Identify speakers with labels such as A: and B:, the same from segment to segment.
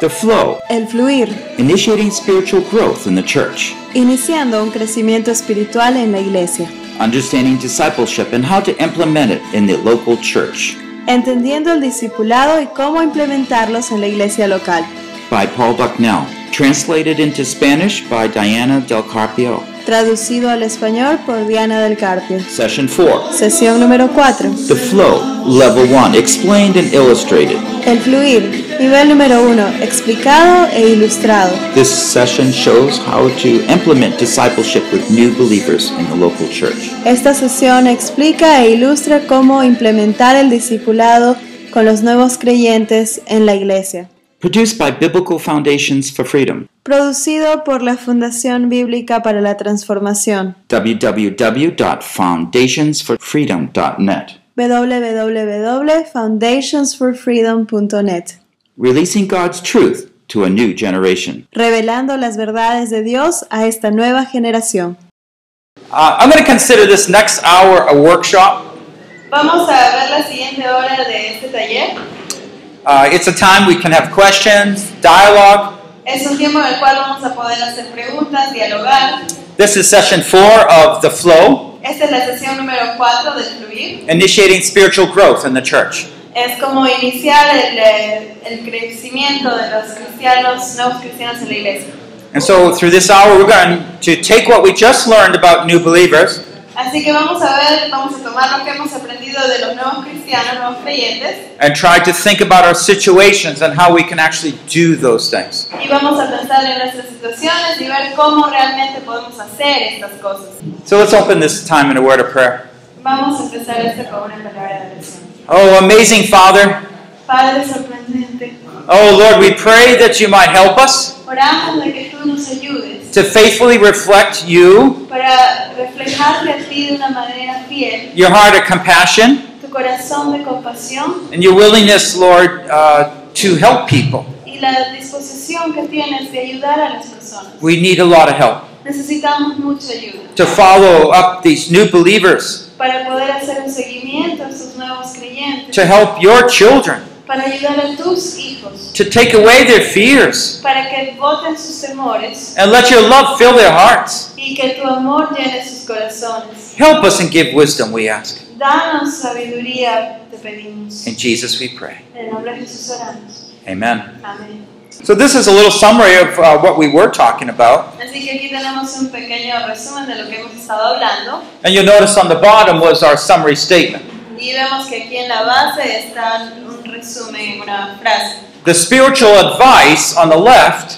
A: the flow,
B: el fluir,
A: initiating spiritual growth in the church,
B: iniciando un crecimiento espiritual en la iglesia,
A: understanding discipleship and how to implement it in the local church
B: entendiendo el discipulado y cómo implementarlos en la iglesia local,
A: by Paul Bucknell, translated into Spanish by Diana Del Carpio.
B: traducido al español por Diana del Carpio.
A: Session 4
B: Sesión número 4.
A: The flow, level 1, explained and illustrated.
B: El fluir, nivel número 1, explicado e ilustrado.
A: This session shows how to implement discipleship with new believers in the local church.
B: Esta sesión explica e ilustra cómo implementar el discipulado con los nuevos creyentes en la iglesia.
A: Produced by Biblical Foundations for Freedom,
B: Producido por la Fundación Bíblica para la Transformación,
A: www.foundationsforfreedom.net.
B: www.foundationsforfreedom.net,
A: Releasing God's truth to a new generation.
B: revelando las verdades de Dios a esta nueva generación.
C: Uh, I'm going to consider this next hour a workshop.
D: Vamos a ver la siguiente hora de este taller.
C: Uh, it's a time we can have questions, dialogue.
D: Es un tiempo en el cual vamos a poder hacer preguntas, dialogar.
C: This is session four of The Flow
D: Esta es la sesión número 4 del fluir.
C: Initiating Spiritual Growth in the Church.
D: Es como iniciar el, eh, el crecimiento de los cristianos, nuevos cristianos en la iglesia.
C: And so, through this hour, we're going to take what we just learned about new believers
D: Así que vamos a ver, vamos a tomar lo que hemos aprendido de los nuevos cristianos, nuevos creyentes,
C: and try to think about our situations and how we can actually do those things.
D: y vamos a pensar en nuestras situaciones y ver cómo realmente podemos hacer estas cosas.
C: So, let's open this time in a word of prayer.
D: Vamos a empezar esto con una palabra de oración.
C: Oh, amazing Father.
D: Padre sorprendente,
C: Oh, Lord, we pray that you might help us
D: oramos de que tú nos ayudes
C: to faithfully reflect you,
D: para reflejarte a ti de una manera fiel,
C: your heart of compassion.
D: tu corazón de compasión
C: and your willingness, Lord, uh, to help people.
D: y la disposición que tienes de ayudar a las personas.
C: We need a lot of help
D: Necesitamos mucha ayuda
C: to follow up these new believers,
D: para poder hacer un seguimiento a sus nuevos creyentes,
C: to help your children,
D: para ayudar a tus hijos,
C: to take away their fears,
D: para que voten sus temores
C: and let your love fill their hearts.
D: y que tu amor llene sus corazones.
C: Help us and give wisdom, we ask.
D: Danos sabiduría, te pedimos.
C: In Jesus we pray.
D: En el nombre de Jesús oramos.
C: Amen.
D: Amén.
C: So, this is a little summary of uh, what we were talking about.
D: Así que aquí tenemos un pequeño resumen de lo que hemos estado hablando
C: And you'll notice on the bottom was our summary statement.
D: y vemos que aquí en la base está un resumen, una frase.
C: The spiritual advice on the left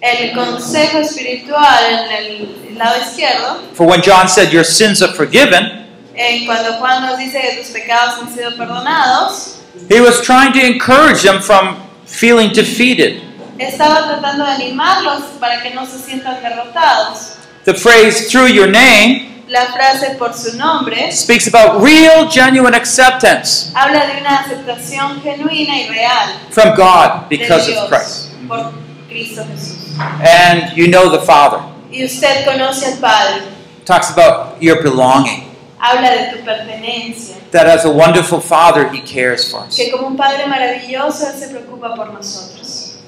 D: El consejo espiritual en el lado izquierdo,
C: for when John said, Your sins are forgiven,
D: eh, cuando Juan nos dice que tus pecados han sido perdonados,
C: he was trying to encourage them from feeling defeated.
D: estaba tratando de animarlos para que no se sientan derrotados.
C: The phrase through your name
D: La frase por su nombre
C: speaks about real, genuine acceptance
D: habla de una aceptación genuina y real
C: from God
D: de
C: because of
D: Dios
C: Christ.
D: por Cristo Jesús.
C: And you know the Father.
D: Y usted conoce al Padre.
C: Talks about your belonging.
D: habla de tu pertenencia,
C: That as a wonderful Father, He cares for us.
D: que como un Padre maravilloso Él se preocupa por nosotros.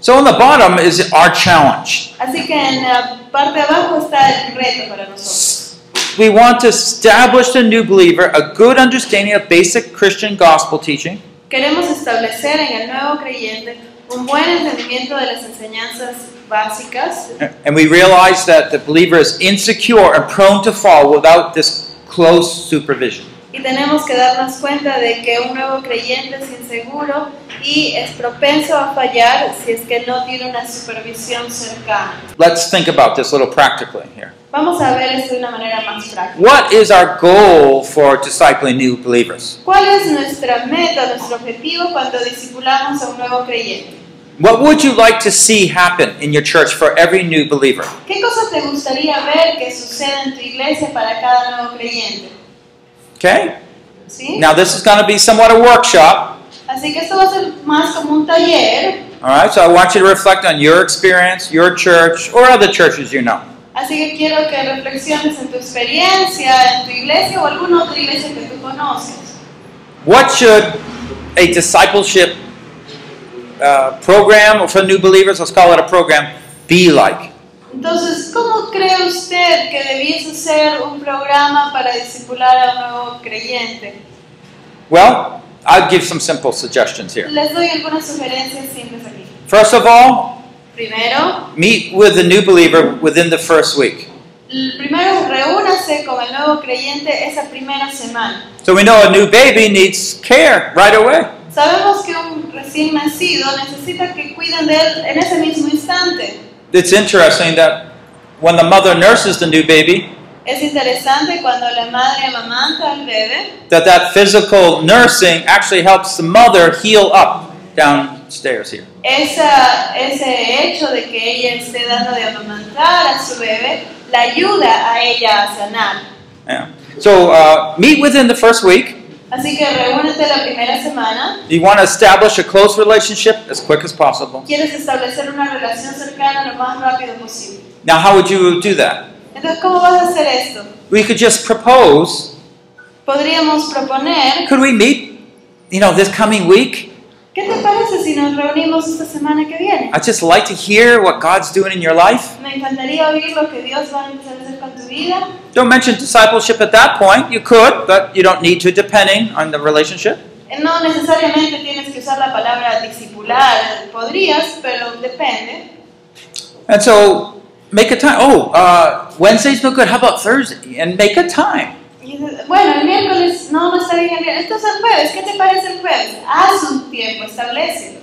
C: So on the bottom is our challenge.
D: Así que en la parte de abajo está el reto para nosotros.
C: We want to establish the new believer a good understanding of basic Christian gospel teaching,
D: Queremos establecer en el nuevo creyente un buen entendimiento de las enseñanzas básicas
C: and we realize that the believer is insecure and prone to fall without this close supervision.
D: y tenemos que darnos cuenta de que un nuevo creyente es inseguro y es propenso a fallar si es que no tiene una supervisión cercana.
C: Let's think about this a little practically here.
D: Vamos a ver esto de una manera más práctica.
C: What is our goal for discipling new believers?
D: ¿Cuál es nuestra meta, nuestro objetivo cuando discipulamos a un nuevo creyente?
C: What would you like to see happen in your church for every new believer?
D: ¿Qué cosas te gustaría ver que suceda en tu iglesia para cada nuevo creyente?
C: Okay?
D: ¿Sí?
C: Now, this is going to be somewhat a workshop.
D: Así que esto va a ser más como un taller,
C: All right? So I want you to reflect on your experience, your church, or other churches you know.
D: así que quiero que reflexiones en tu experiencia, en tu iglesia o alguna otra iglesia que tú conoces.
C: What should a discipleship uh, program for new believers, let's call it a program, be like.
D: Entonces, ¿cómo cree usted que debiese ser un programa para discipular a un nuevo creyente?
C: Well, I'll give some simple suggestions here.
D: Les doy algunas sugerencias simples aquí.
C: First of all,
D: Primero,
C: meet with the new believer within the first week.
D: l- primero reúnase con el nuevo creyente esa primera semana.
C: So we know a new baby needs care right away.
D: Sabemos que un recién nacido necesita que cuiden de él en ese mismo instante.
C: It's interesting that when the mother nurses the new baby,
D: Es interesante cuando la madre amamanta al bebé,
C: that that physical nursing actually helps the mother heal up downstairs here.
D: esa, ese hecho de que ella esté dando de amamantar a su bebé, la ayuda a ella a sanar.
C: Yeah. So uh, meet within the first week.
D: Así que reúnete la primera semana.
C: You want to establish a close relationship as quick as possible.
D: Quieres establecer una relación cercana lo más rápido posible.
C: Now, how would you do that?
D: Entonces, ¿cómo vas a hacer esto?
C: We could just propose.
D: Podríamos proponer,
C: Could we meet? You know, this coming week.
D: ¿qué te parece si nos reunimos esta semana que viene?
C: I would just like to hear what God's doing in your life.
D: Me encantaría oír lo que Dios va a empezar a hacer con tu vida.
C: Don't mention discipleship at that point. You could, but you don't need to, depending on the relationship.
D: Eh, No necesariamente tienes que usar la palabra discipular, podrías, pero depende.
C: And so make a time. Oh, uh, Wednesday's no good. How about Thursday? And make a time.
D: Y dices, bueno, el miércoles no, no está bien el miércoles. Entonces el jueves, ¿qué te parece el jueves? Haz un tiempo, establecelo.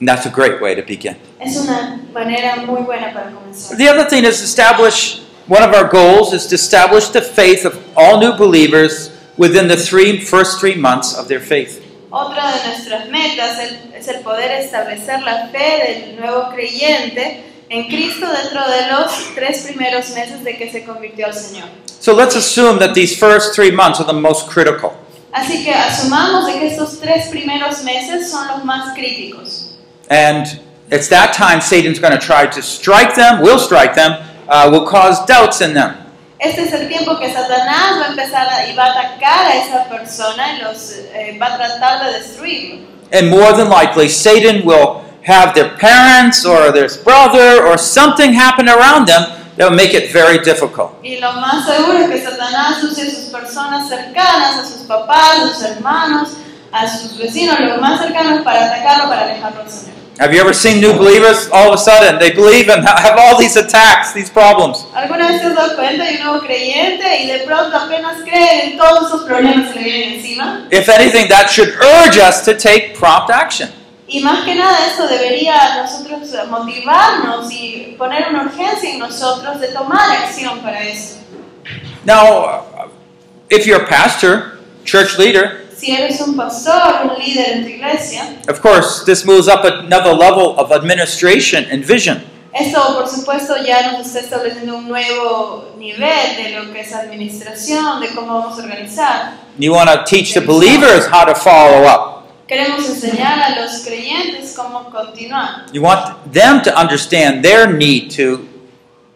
C: And that's a great way to begin.
D: Es una manera muy buena para comenzar.
C: The other thing is establish one of our goals is to establish the faith of all new believers within the three first three months of their faith.
D: Otra de nuestras metas el- es el poder establecer la fe del nuevo creyente en Cristo dentro de los tres primeros meses de que se convirtió al Señor.
C: So let's assume that these first three months are the most critical.
D: Así que asumamos de que estos tres primeros meses son los más críticos.
C: And it's that time Satan's going to try to strike them, will strike them, uh, will cause doubts in them.
D: Este es el tiempo que Satanás va a empezar a- y va a atacar a esa persona y los, eh, va a tratar de destruirlo.
C: And more than likely, Satan will have their parents or their brother or something happen around them that will make it very difficult.
D: Y lo más seguro es que Satanás use a sus personas cercanas, a sus papás, a sus hermanos, a sus vecinos, los más cercanos para atacarlo, para alejarlo del Señor.
C: Have you ever seen new believers all of a sudden they believe and have all these attacks, these problems?
D: ¿Alguna vez te has dado cuenta de un nuevo creyente y de pronto apenas cree en todos esos problemas que le vienen encima?
C: If anything, that should urge us to take prompt action.
D: Y más que nada eso debería a nosotros motivarnos y poner una urgencia en nosotros de tomar acción para eso.
C: Now, uh, if you're a pastor, church leader,
D: Si eres un pastor, un líder en tu iglesia,
C: of course, this moves up another level of administration and vision.
D: Esto, por supuesto, ya nos está estableciendo un nuevo nivel de lo que es administración, de cómo vamos a organizar.
C: You want to teach the believers how to follow up.
D: Queremos enseñar a los creyentes cómo continuar.
C: You want them to understand their need to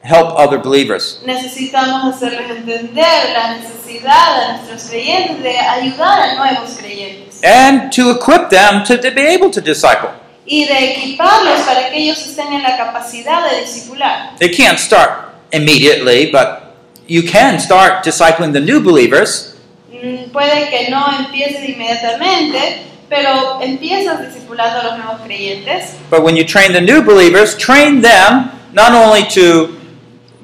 C: help other believers.
D: Necesitamos hacerles entender la necesidad a nuestros creyentes de ayudar a nuevos creyentes
C: And to equip them to, to be able to disciple.
D: y de equiparlos para que ellos estén en la capacidad de discipular.
C: They can't start immediately, but you can start discipling the new believers
D: Mm, Puede que no empieces inmediatamente, pero empiezas discipulando a los nuevos creyentes
C: But when you train the new believers, train them not only to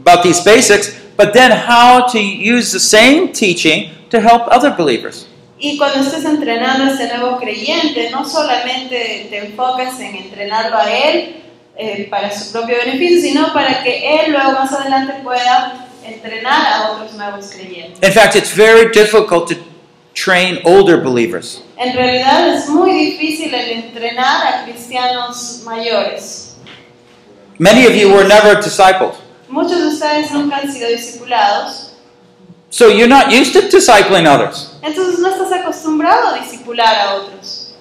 C: about these basics, but then how to use the same teaching to help other believers.
D: Y cuando estés entrenando a este nuevo creyente, no solamente te enfocas en entrenarlo a él eh, para su propio beneficio, sino para que él luego más adelante pueda entrenar a otros nuevos creyentes.
C: In fact, it's very difficult to train older believers.
D: En realidad es muy difícil el entrenar a cristianos mayores.
C: Many of you were never discipled.
D: Muchos de ustedes nunca han sido discipulados,
C: So you're not used to discipling others.
D: entonces no estás acostumbrado a discipular a otros.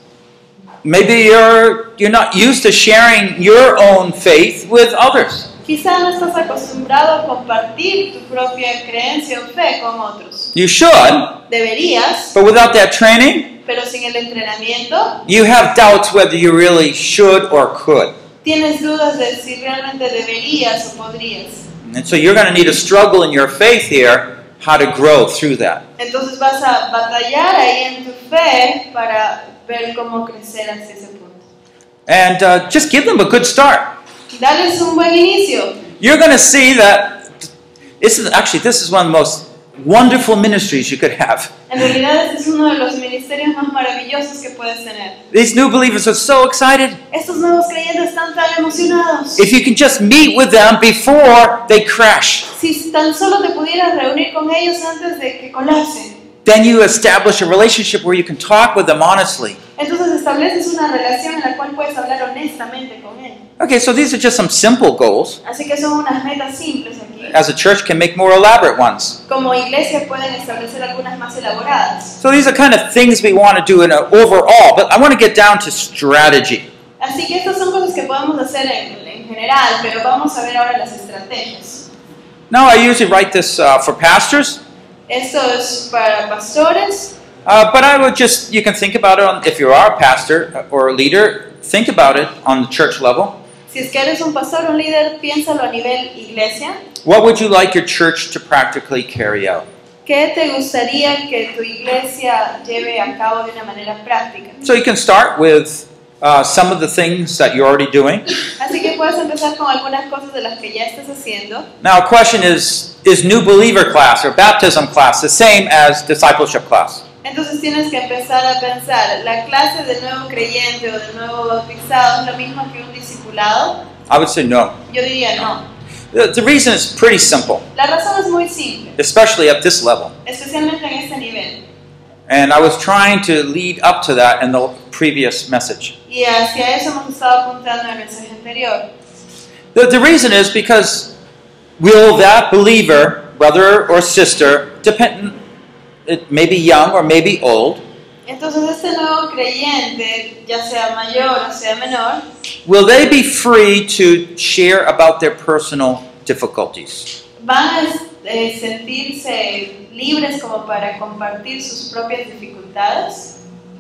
C: Maybe you're you're not used to sharing your own faith with others.
D: Quizá no estás acostumbrado a compartir tu propia creencia o fe con otros.
C: You should,
D: Deberías,
C: but without that training,
D: pero sin el entrenamiento
C: You have doubts whether you really should or could.
D: tienes dudas de si realmente deberías o podrías.
C: And so you're going to need a struggle in your faith here, how to grow through that.
D: Entonces vas a batallar ahí en tu fe para ver cómo crecer hacia ese punto.
C: And uh, just give them a good start.
D: Dales un buen inicio.
C: You're going to see that this is actually this is one of the most wonderful ministries you could have.
D: En realidad este es uno de los ministerios más maravillosos que puedes tener.
C: These new believers are so excited.
D: Estos nuevos creyentes están tan emocionados.
C: If you can just meet with them before they crash,
D: Si tan solo te pudieras reunir con ellos antes de que colapsen,
C: then you establish a relationship where you can talk with them honestly.
D: entonces estableces una relación en la cual puedes hablar honestamente con él.
C: Okay, so these are just some simple goals.
D: Así que son unas metas simples aquí.
C: As a church can make more elaborate ones.
D: Como iglesia pueden establecer algunas más elaboradas.
C: So these are kind of things we want to do in an overall, but I want to get down to strategy.
D: Así que estas son cosas que podemos hacer en, en general, pero vamos a ver ahora las estrategias.
C: Now I usually write this uh, for pastors,
D: Esto es para pastores,
C: uh, but I would just you can think about it on, if you are a pastor uh, or a leader. Think about it on the church level.
D: si es que eres un pastor o un líder, piénsalo a nivel iglesia.
C: What would you like your church to practically carry out?
D: ¿Qué te gustaría que tu iglesia lleve a cabo de una manera práctica?
C: So you can start with uh, some of the things that you're already doing.
D: Así que puedes empezar con algunas cosas de las que ya estás haciendo.
C: Now, a question is Is new believer class or baptism class the same as discipleship class?
D: Entonces tienes que empezar a pensar, ¿la clase de nuevo creyente o de nuevo bautizado es lo mismo que un discipulado?
C: I would say no.
D: Yo diría no.
C: The, the reason is pretty simple,
D: La razón es muy simple,
C: especially at this level.
D: especialmente en este nivel.
C: And I was trying to lead up to that in the previous message.
D: Y hacia eso hemos estado apuntando en el mensaje anterior.
C: The, the reason is because will that believer, brother or sister, depend, it may be young or maybe old,
D: Entonces este nuevo creyente, ya sea mayor o sea menor,
C: will they be free to share about their personal difficulties?
D: van a eh, sentirse libres como para compartir sus propias dificultades.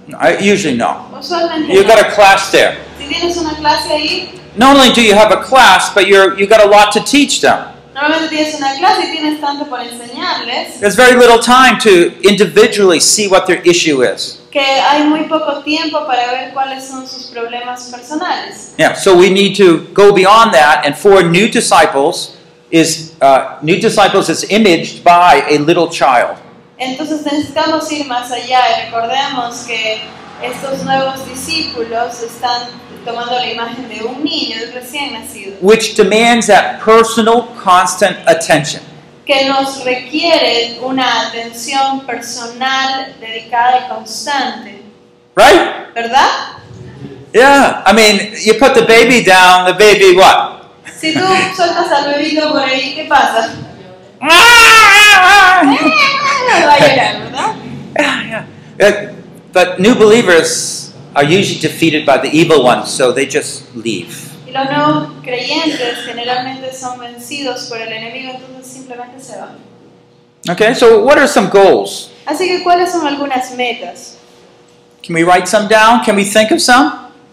C: I, usually no.
D: Usualmente
C: You've
D: no.
C: got a class there.
D: si tienes una clase ahí,
C: Not only do you have a class, but you're, you've got a lot to teach them.
D: normalmente tienes una clase y tienes tanto por enseñarles
C: There's very little time to individually see what their issue is.
D: que hay muy poco tiempo para ver cuáles son sus problemas personales.
C: Yeah, so we need to go beyond that, and for new disciples is uh, new disciples is imaged by a little child.
D: Entonces necesitamos ir más allá y recordemos que estos nuevos discípulos están tomando la imagen de un niño de recién nacido,
C: which demands that personal, constant attention.
D: que nos requiere una atención personal dedicada y constante,
C: Right?
D: ¿verdad?
C: Yeah. I mean, you put the baby down, the baby what?
D: Si tú sueltas al bebito por ahí, ¿qué pasa?
C: yeah,
D: Va a llorar, ¿verdad?
C: yeah. Uh, But new believers are usually defeated by the evil one, so they just leave.
D: Y los no creyentes generalmente son vencidos por el enemigo, entonces simplemente se van.
C: Okay, so what are some goals?
D: Así que, ¿cuáles son algunas metas?
C: Can we write some down? Can we think of some?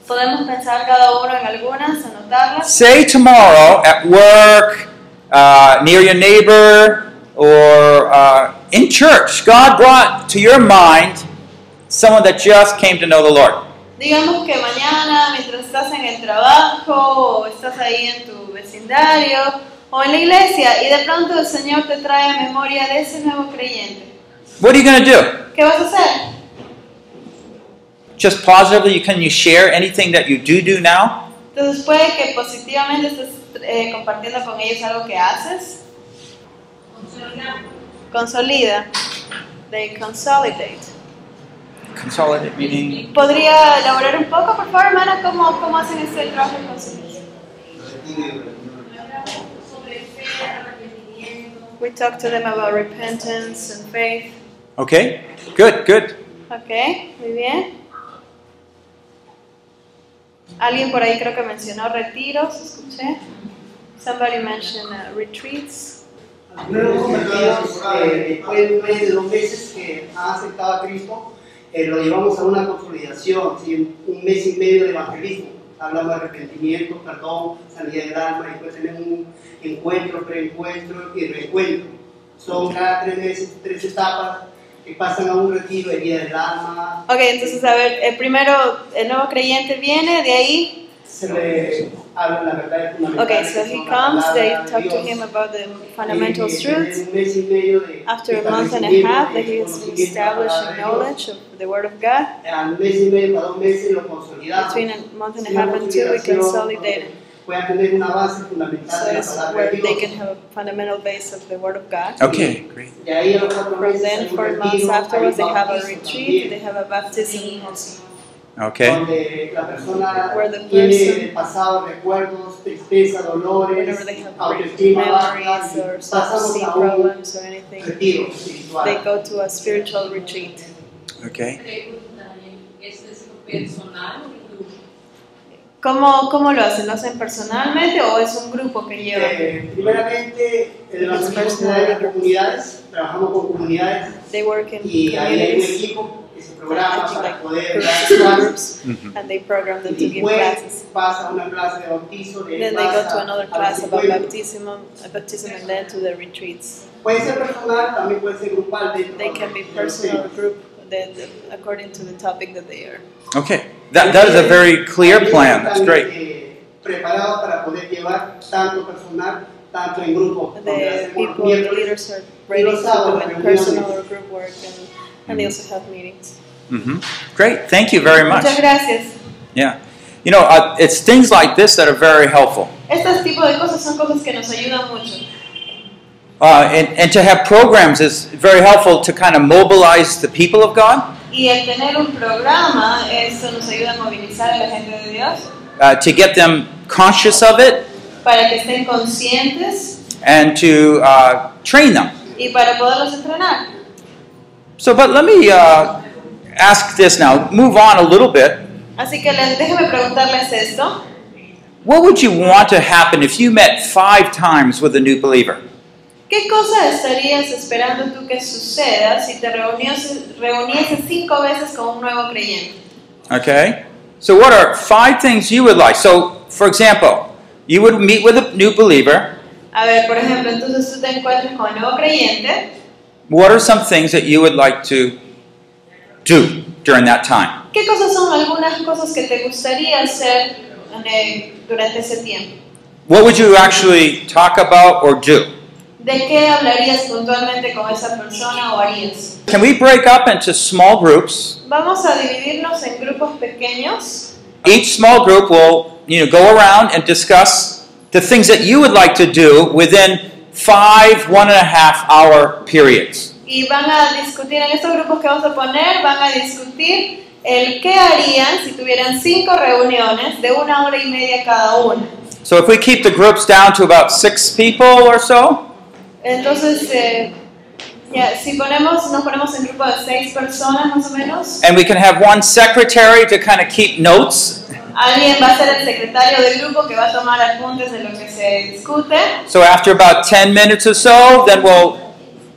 D: Podemos pensar cada uno en algunas, anotarlas.
C: Say tomorrow at work, uh, near your neighbor, or uh, in church, God brought to your mind someone that just came to know the Lord.
D: Digamos que mañana, mientras estás en el trabajo, o estás ahí en tu vecindario, o en la iglesia, y de pronto el Señor te trae a memoria de ese nuevo creyente.
C: What are you going to do?
D: ¿Qué vas a hacer?
C: Just positively, you- can you share anything that you do do now?
D: Entonces puede que positivamente estés eh, compartiendo con ellos algo que haces. Consolida. They consolidate.
C: Consolidate meaning.
D: ¿Podría elaborar un poco, por favor, hermana, cómo, cómo hacen este trabajo de consolidación? We talked to them about repentance and faith.
C: Okay, good, good.
D: Ok, muy bien. Alguien por ahí creo que mencionó retiros, escuché. Somebody mentioned uh, retreats.
E: Algunos convertidos eh, después de dos meses que han aceptado a Cristo, eh, lo llevamos a una consolidación, ¿sí? un mes y medio de evangelismo. Hablamos de arrepentimiento, perdón, sanidad del alma, y después tenemos un encuentro, preencuentro y reencuentro. Son cada tres meses, tres etapas que pasan a un retiro de vida del alma.
D: Ok, entonces a ver, eh, primero el nuevo creyente viene, de ahí,
E: Se le habla la verdad fundamental.
D: ok, so he comes, they talk to him about the fundamental truths. After a month and a half, that he has been established in knowledge of the Word of God.
E: Al mes y medio, a dos meses lo consolidamos.
D: Between a month and a half and two, we consolidate it.
E: Puedan tener una base fundamental
D: So
E: de la
D: it's
E: palabra
D: where
E: de
D: they
E: Dios.
D: can have a fundamental base of the Word of God.
A: Okay, great.
E: Y ahí a los cuatro
D: From
E: meses
D: then,
E: hay un
D: four months
E: retiro,
D: afterwards, they
E: hay un
D: have a
E: bautismo
D: retreat,
E: también,
D: they have a baptism.
C: Okay.
E: Donde la persona
D: Where the
E: tiene
D: person-
E: del pasado recuerdos, tristeza, dolores,
D: Whenever they have great
E: autoestima baja,
D: memories
E: y
D: or
E: pasamos
D: self-esteem
E: a un
D: problems or anything,
E: retiro
D: they
E: espiritual.
D: go to a spiritual retreat.
A: Okay.
F: Pregunta también, ¿eso es personal o en grupo?
D: ¿Cómo, ¿Cómo lo hacen? ¿Lo hacen personalmente o es un grupo que lleva?
E: Eh, primeramente, el evangelismo se da en las comunidades, trabajamos con comunidades
D: They work in
E: y ahí hay un
D: communities,
E: equipo que se programa para poder dar clases.
D: groups, and they program them to
E: Y
D: give
E: después
D: classes.
E: pasa a una clase de bautizo, de
D: Then they go to
E: pasa
D: another
E: a
D: class
E: los
D: about
E: encuentros.
D: baptism, a baptism and then to the retreats.
E: Puede ser personal, también puede ser grupal. dentro
D: They
E: de-
D: can be
E: de los
D: personal or
E: centros.
D: group that, according to the topic that they are.
C: Okay. That, that is a very clear
E: También
C: plan. That's
E: están,
C: great.
E: eh, Preparados para poder llevar tanto personal, tanto en grupo. donde
D: The
E: hacemos
D: people, the
E: miércoles.
D: leaders are ready to do personal or group work and, and they also have meetings.
C: hmm Great. Thank you very much.
D: Muchas gracias.
C: Yeah. You know, uh, it's things like this that are very helpful.
D: Estos tipos de cosas son cosas que nos ayudan mucho.
C: Uh, and, and to have programs is very helpful to kind of mobilize the people of God,
D: Y el tener un programa, eso nos ayuda a movilizar a la gente de Dios
C: uh, to get them conscious of it,
D: para que estén conscientes
C: and to uh, train them.
D: y para poderlos entrenar.
C: So, but let me uh, ask this now, move on a little bit.
D: Así que les, déjenme preguntarles esto.
C: What would you want to happen if you met five times with a new believer?
D: ¿Qué cosa estarías esperando tú que suceda si te reunieses, reunieses cinco veces con un nuevo creyente?
C: Okay? So, what are five things you would like? So, for example, you would meet with a new believer.
D: A ver, por ejemplo, entonces tú te encuentras con un nuevo creyente.
C: What are some things that you would like to do during that time?
D: ¿Qué cosas son algunas cosas que te gustaría hacer eh, durante ese tiempo?
C: What would you actually talk about or do?
D: ¿De qué hablarías puntualmente con esa persona o harías?
C: Can we break up into small groups?
D: Vamos a dividirnos en grupos pequeños.
C: Each small group will, you know, go around and discuss the things that you would like to do within five one and a half hour periods.
D: Y van a discutir, en estos grupos que vamos a poner, van a discutir el qué harían si tuvieran cinco reuniones de una hora y media cada una.
C: So if we keep the groups down to about six people or so,
D: Entonces, eh, ya, si ponemos, nos ponemos en grupo de seis personas más o menos,
C: and we can have one secretary to kind of keep notes.
D: alguien va a ser el secretario del grupo que va a tomar apuntes de lo que se discute.
C: So after about 10 minutes or so, then we'll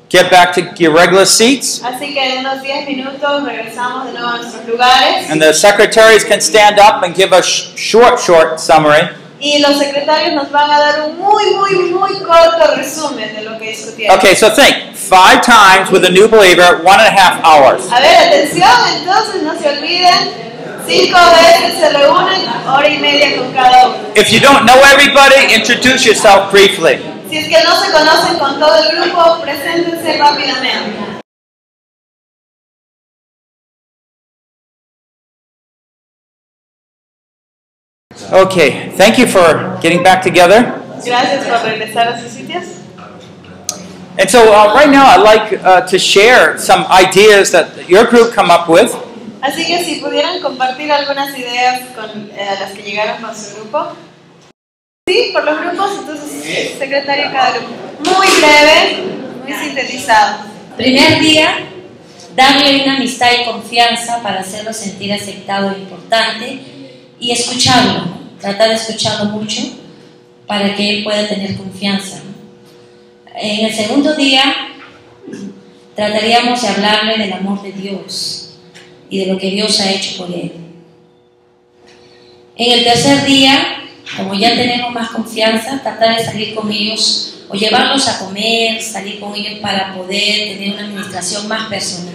C: get back to your regular seats.
D: Así que en unos 10 minutos regresamos de nuevo a nuestros lugares.
C: And the secretaries can stand up and give a sh- short, short summary.
D: Y los secretarios nos van a dar un muy, muy, muy corto resumen de lo que discutieron.
C: Okay, so think five times with a new believer, one and a half hours.
D: A ver, atención, entonces no se olviden. Cinco veces se reúnen, hora y media con cada uno.
C: If you don't know everybody, introduce yourself briefly.
D: Si es que no se conocen con todo el grupo, preséntense rápidamente.
C: Okay, thank you for getting back together.
D: Gracias por regresar a sus sitios.
C: And so, uh, right now, I'd like uh, to share some ideas that your group come up with.
D: Así que si pudieran compartir algunas ideas con eh, las que llegaron con su grupo. Sí, por los grupos, entonces secretario cada grupo. Muy breve, muy sintetizado.
G: Primer día, darle una amistad y confianza para hacerlo sentir aceptado e importante y escucharlo, tratar de escucharlo mucho para que él pueda tener confianza. ¿no? En el segundo día, trataríamos de hablarle del amor de Dios, y de lo que Dios ha hecho por él. En el tercer día, como ya tenemos más confianza, tratar de salir con ellos o llevarlos a comer, salir con ellos para poder tener una administración más personal.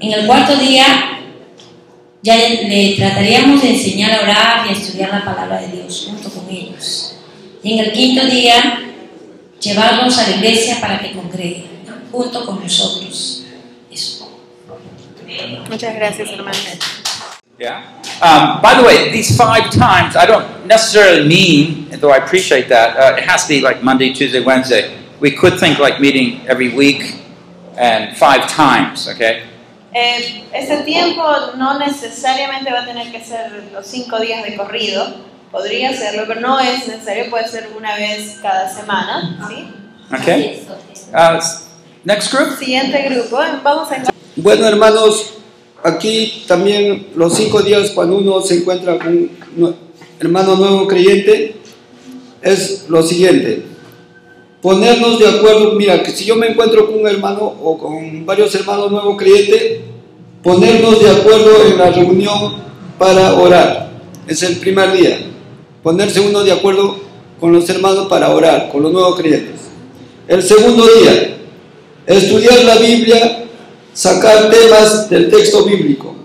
G: En el cuarto día, ya le trataríamos de enseñar a orar y a estudiar la palabra de Dios junto con ellos. Y en el quinto día, llevarlos a la iglesia para que congreguen junto con nosotros. Eso.
B: Muchas gracias, hermana.
C: Yeah. Um, by the way, these five times, I don't necessarily mean, though I appreciate that, uh, it has to be like Monday, Tuesday, Wednesday. We could think like meeting every week and five times, okay?
D: Eh, ese tiempo no necesariamente va a tener que ser los cinco días de corrido, podría serlo, pero no es necesario, puede ser una vez cada semana. ¿sí?
C: Okay? Uh, s- next group.
D: Siguiente grupo, em, vamos a encontrar
H: Bueno, hermanos, aquí también los cinco días cuando uno se encuentra con un nue- hermano nuevo creyente es lo siguiente. Ponernos de acuerdo, mira, que si yo me encuentro con un hermano o con varios hermanos nuevos creyentes, ponernos de acuerdo en la reunión para orar. Es el primer día. Ponerse uno de acuerdo con los hermanos para orar, con los nuevos creyentes. El segundo día, estudiar la Biblia, sacar temas del texto bíblico.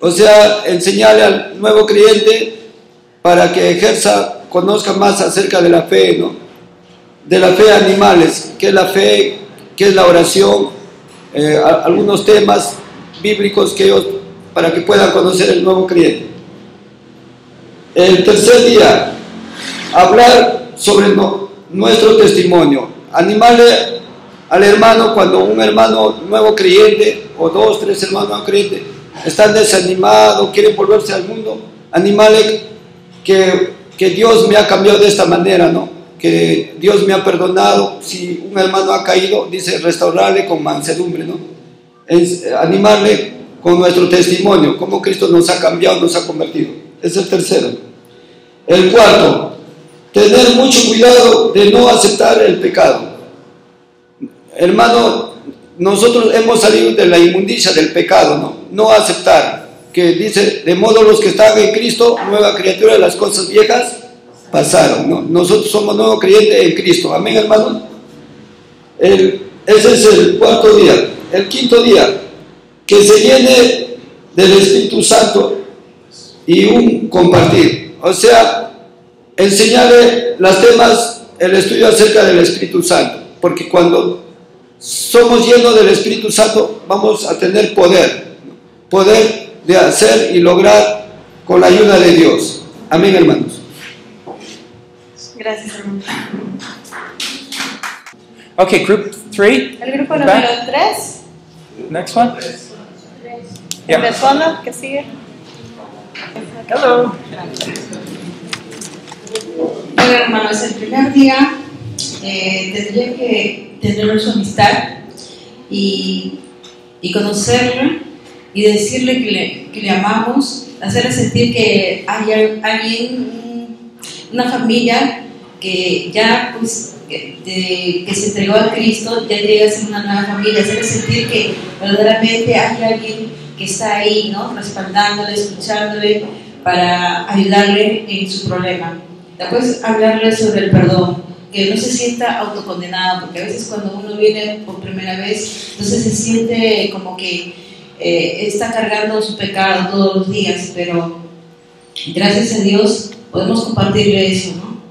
H: O sea, enseñarle al nuevo creyente para que ejerza, conozca más acerca de la fe, ¿no? De la fe de animales, qué es la fe, qué es la oración, eh, a- algunos temas bíblicos que ellos, para que puedan conocer el nuevo creyente. El tercer día, hablar sobre no- nuestro testimonio. Animarle al hermano cuando un hermano nuevo creyente o dos, tres hermanos nuevos creyentes están desanimados, quieren volverse al mundo. Animarle que, que Dios me ha cambiado de esta manera, ¿no? Que Dios me ha perdonado. Si un hermano ha caído, dice restaurarle con mansedumbre, ¿no? Es, eh, animarle con nuestro testimonio, cómo Cristo nos ha cambiado, nos ha convertido. Es el tercero. El cuarto, tener mucho cuidado de no aceptar el pecado. Hermano, nosotros hemos salido de la inmundicia del pecado, ¿no? No aceptar, que dice, de modo los que están en Cristo, nueva criatura, las cosas viejas pasaron, ¿no? Nosotros somos nuevos creyentes en Cristo, amén, hermano. El- ese es el cuarto día. El quinto día, que se llene del Espíritu Santo y un compartir. O sea, enseñarle las temas, el estudio acerca del Espíritu Santo, porque cuando somos llenos del Espíritu Santo vamos a tener poder, ¿no? poder de hacer y lograr con la ayuda de Dios. Amén, hermanos.
D: Gracias, hermano.
C: Okay, group three.
D: El grupo número 3,
C: Next one.
D: el
C: Yeah.
D: del fondo, que sigue.
C: Hello.
F: Bueno, hermanos, el primer día eh, tendría que tener su amistad y, y conocerlo y decirle que le, que le amamos, hacerle sentir que hay al- alguien, un- una familia que ya pues que, de- que se entregó a Cristo, ya llega a ser una nueva familia, hacerle sentir que verdaderamente hay alguien que está ahí, ¿no? Respaldándole, escuchándole para ayudarle en su problema. Después hablarle sobre el perdón, que no se sienta autocondenado, porque a veces cuando uno viene por primera vez, entonces se siente como que eh, está cargando su pecado todos los días, pero gracias a Dios podemos compartirle eso, ¿no?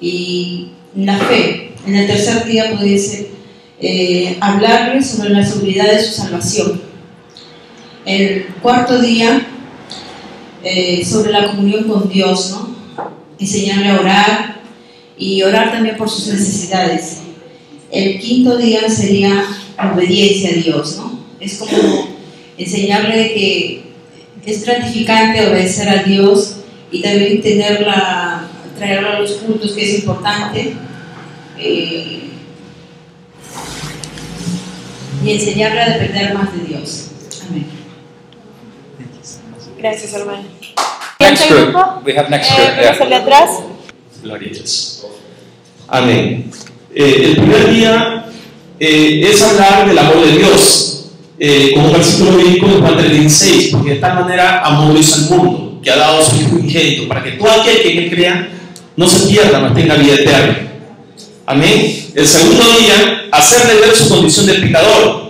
F: Y la fe, en el tercer día pudiese eh, hablarle sobre la seguridad de su salvación. El cuarto día, eh, sobre la comunión con Dios, ¿no? enseñarle a orar y orar también por sus necesidades. El quinto día sería la obediencia a Dios, ¿no? Es como enseñarle que es gratificante obedecer a Dios y también tener la, traerlo a los cultos, que es importante. eh, y enseñarle a depender más de Dios. Amén.
D: Gracias, hermano.
C: Next
D: Siguiente
C: group.
D: grupo,
C: We have next
D: eh,
C: group.
D: vamos
C: Yeah.
D: al de atrás.
I: Gloria a Dios. Amén. Eh, el primer día eh, es hablar del amor de Dios. Eh, eh, con un versículo bíblico de Juan 3:16, porque de tal manera amó Dios al mundo, que ha dado a su Hijo unigénito, para que todo aquel que en él crea no se pierda, mas tenga vida eterna. Amén. El segundo día, hacerle ver su condición de pecador.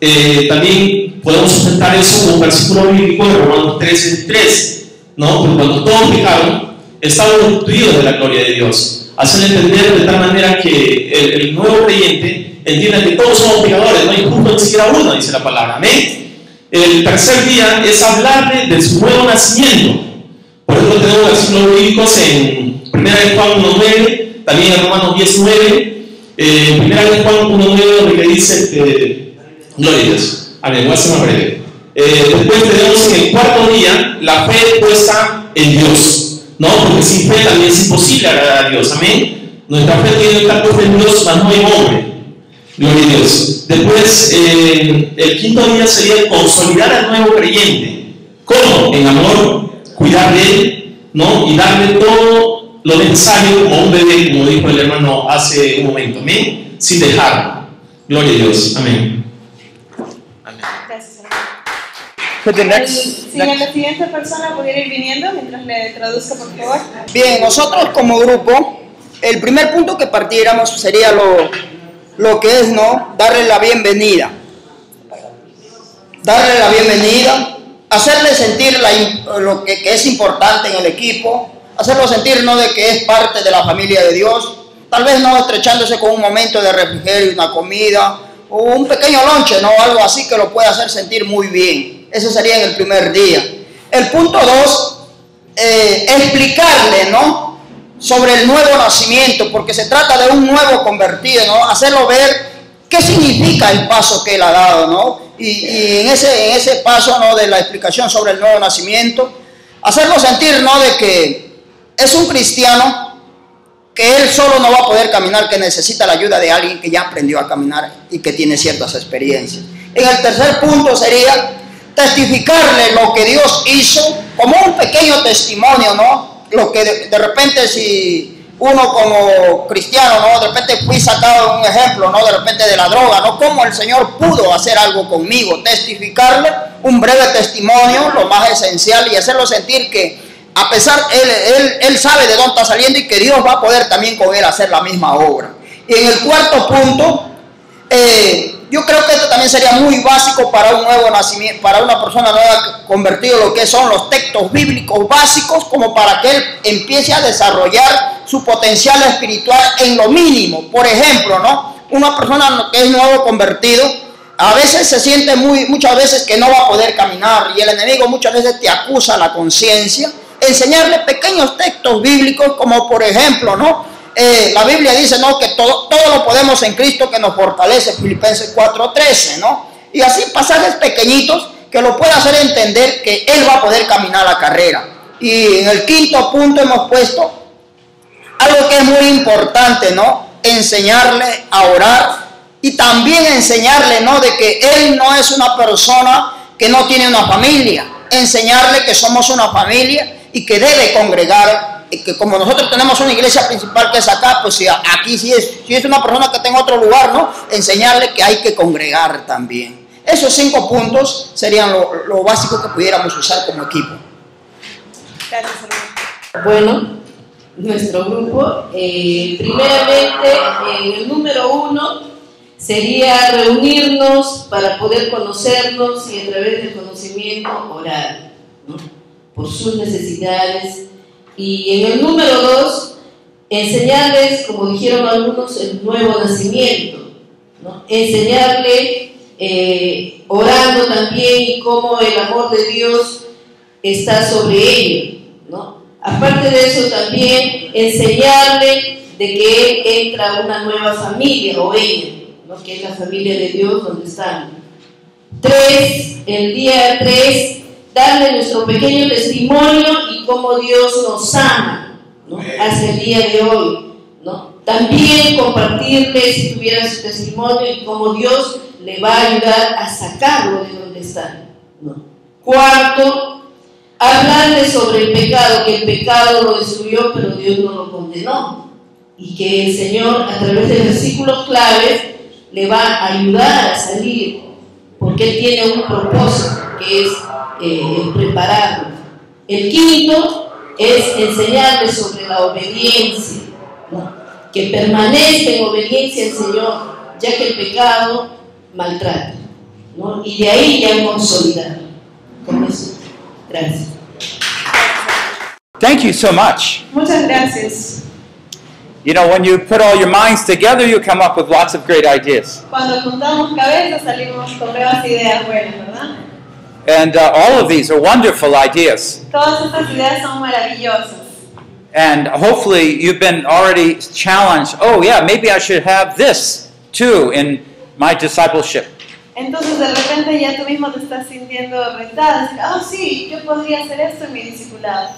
I: Eh, también podemos sustentar eso con un versículo bíblico de Romanos 13:3, ¿no? Porque cuando todos pecaron, estamos destituidos de la gloria de Dios. Hacerle entender de tal manera que el, el nuevo creyente entienda que todos somos pecadores, no hay justo ni siquiera uno, dice la palabra. Amén. El tercer día es hablarle de su nuevo nacimiento. Por eso tenemos versículos bíblicos en 1 de Juan 1.9, también en Romanos 19, eh, 1 de Juan 1.9 donde le dice, eh, gloria a Dios. Amén, voy a ser más breve. Eh, después tenemos en el cuarto día la fe puesta en Dios. No, porque sin fe también es imposible agradar a Dios. Amén. Nuestra fe tiene que estar puesta en Dios, mas no en hombre. Gloria a Dios. Después, eh, el quinto día sería consolidar al nuevo creyente. ¿Cómo? En amor, cuidar de él, ¿no? Y darle todo lo necesario como un bebé, como dijo el hermano hace un momento. Amén. Sin dejarlo. Gloria a Dios. Amén.
D: Gracias.
A: Could the next,
D: Si la siguiente persona pudiera ir viniendo mientras le traduzco, por favor.
J: Bien, nosotros como grupo, el primer punto que partiéramos sería lo, lo que es, ¿no? Darle la bienvenida. Darle la bienvenida, hacerle sentir la im- lo que, que es importante en el equipo, hacerlo sentir, ¿no? De que es parte de la familia de Dios. Tal vez no estrechándose con un momento de refrigerio, una comida o un pequeño lonche, ¿no? Algo así que lo pueda hacer sentir muy bien. Ese sería en el primer día. El punto dos eh, explicarle, ¿no? Sobre el nuevo nacimiento, porque se trata de un nuevo convertido, ¿no? Hacerlo ver qué significa el paso que él ha dado, ¿no? Y, y en, ese, en ese paso, ¿no? De la explicación sobre el nuevo nacimiento, hacerlo sentir, ¿no? De que es un cristiano que él solo no va a poder caminar, que necesita la ayuda de alguien que ya aprendió a caminar y que tiene ciertas experiencias. En el tercer punto sería testificarle lo que Dios hizo como un pequeño testimonio, ¿no? Lo que de, de repente si uno como cristiano, ¿no? De repente fui sacado un ejemplo, ¿no? De repente de la droga, ¿no? Cómo el Señor pudo hacer algo conmigo, testificarle un breve testimonio, lo más esencial, y hacerlo sentir que a pesar, él, él, él sabe de dónde está saliendo y que Dios va a poder también con él hacer la misma obra. Y en el cuarto punto, eh, yo creo que esto también sería muy básico para un nuevo nacimiento, para una persona nueva convertida, lo que son los textos bíblicos básicos, como para que él empiece a desarrollar su potencial espiritual en lo mínimo. Por ejemplo, ¿no? Una persona que es nuevo convertido, a veces se siente muy, muchas veces que no va a poder caminar y el enemigo muchas veces te acusa la conciencia. Enseñarle pequeños textos bíblicos como por ejemplo, ¿no? Eh, la Biblia dice, ¿no? Que todo, todo lo podemos en Cristo que nos fortalece, Filipenses 4.13, ¿no? Y así pasajes pequeñitos que lo pueda hacer entender que él va a poder caminar la carrera. Y en el quinto punto hemos puesto algo que es muy importante, ¿no? Enseñarle a orar y también enseñarle, ¿no? De que él no es una persona que no tiene una familia. Enseñarle que somos una familia y que debe congregar. y que como nosotros tenemos una iglesia principal que es acá, pues si a- aquí si es, si es una persona que está en otro lugar, ¿no? Enseñarle que hay que congregar también. Esos cinco puntos serían lo, lo básico que pudiéramos usar como equipo.
D: Gracias, hermano.
F: Bueno, nuestro grupo, eh, primeramente, en el número uno sería reunirnos para poder conocernos y a través del conocimiento orar ¿no? por sus necesidades. Y en el número dos, enseñarles, como dijeron algunos, el nuevo nacimiento. ¿no? Enseñarle, eh, orando también, cómo el amor de Dios está sobre ello, ¿no? Aparte de eso también enseñarle de que él entra a una nueva familia o ella, ¿no? que es la familia de Dios donde están. Tres, el día tres, darle nuestro pequeño testimonio y cómo Dios nos ama, ¿no? Hasta el día de hoy, ¿no? También compartirle si tuviera su testimonio y cómo Dios le va a ayudar a sacarlo de donde está, ¿no? Cuarto, hablarle sobre el pecado, que el pecado lo destruyó, pero Dios no lo condenó. Y que el Señor, a través de versículos claves, le va a ayudar a salir por porque Él tiene un propósito, que es eh, el prepararnos. El quinto es enseñarles sobre la obediencia, ¿no? que permanezca en obediencia al Señor, ya que el pecado maltrata. ¿no? Y de ahí ya consolidar. Con eso, gracias.
C: Thank you so much.
D: Muchas gracias.
C: You know, when you put all your minds together, you come up with lots of great ideas.
D: Cuando juntamos cabezas salimos con nuevas ideas buenas, ¿verdad?
C: And uh, all of these are wonderful ideas.
D: Todas estas ideas son maravillosas.
C: And hopefully, you've been already challenged oh, yeah, maybe I should have this too in my discipleship.
D: Entonces de repente ya tú mismo te estás sintiendo retada, decir, ah, sí, yo podría hacer esto en mi discipulado.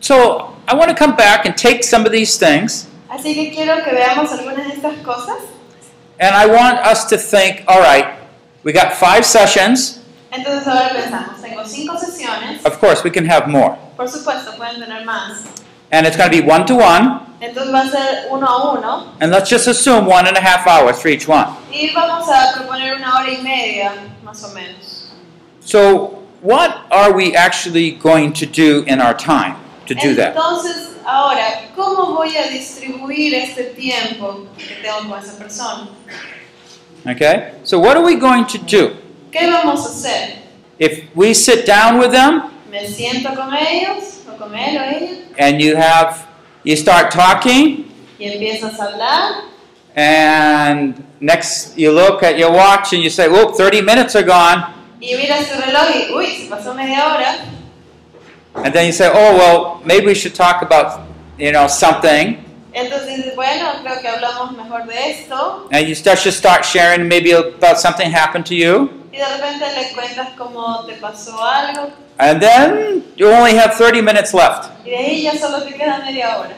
C: So, I want to come back and take some of these things,
D: Así que quiero que veamos algunas de estas cosas.
C: and I want us to think all right, we got five sessions.
D: Entonces ahora pensamos, tengo cinco sesiones,
C: Of course, we can have more.
D: por supuesto pueden tener más.
C: And it's going to be one to one.
D: Entonces va a ser uno a uno
C: And let's just assume one and a half hours for each one.
D: y vamos a proponer una hora y media, más o menos.
C: So, what are we actually going to do in our time to do that?
D: Entonces ahora, ¿cómo voy a distribuir este tiempo que tengo con esa persona?
C: Okay? So, what are we going to do?
D: ¿Qué vamos a hacer?
C: If we sit down with them
D: me siento con ellos o con él o ella
C: and you have you start talking
D: y empiezas a hablar
C: and next you look at your watch and you say, "Whoop, 30 minutes are gone."
D: y miras tu reloj y uy, se pasó media hora
C: And then you say, "Oh, well, maybe we should talk about, you know, something."
D: entonces dices bueno creo que hablamos mejor de esto
C: And you start just start sharing maybe about something happened to you.
D: y de repente le cuentas cómo te pasó algo
C: And then you only have 30 minutes left.
D: y de ahí ya solo te queda media hora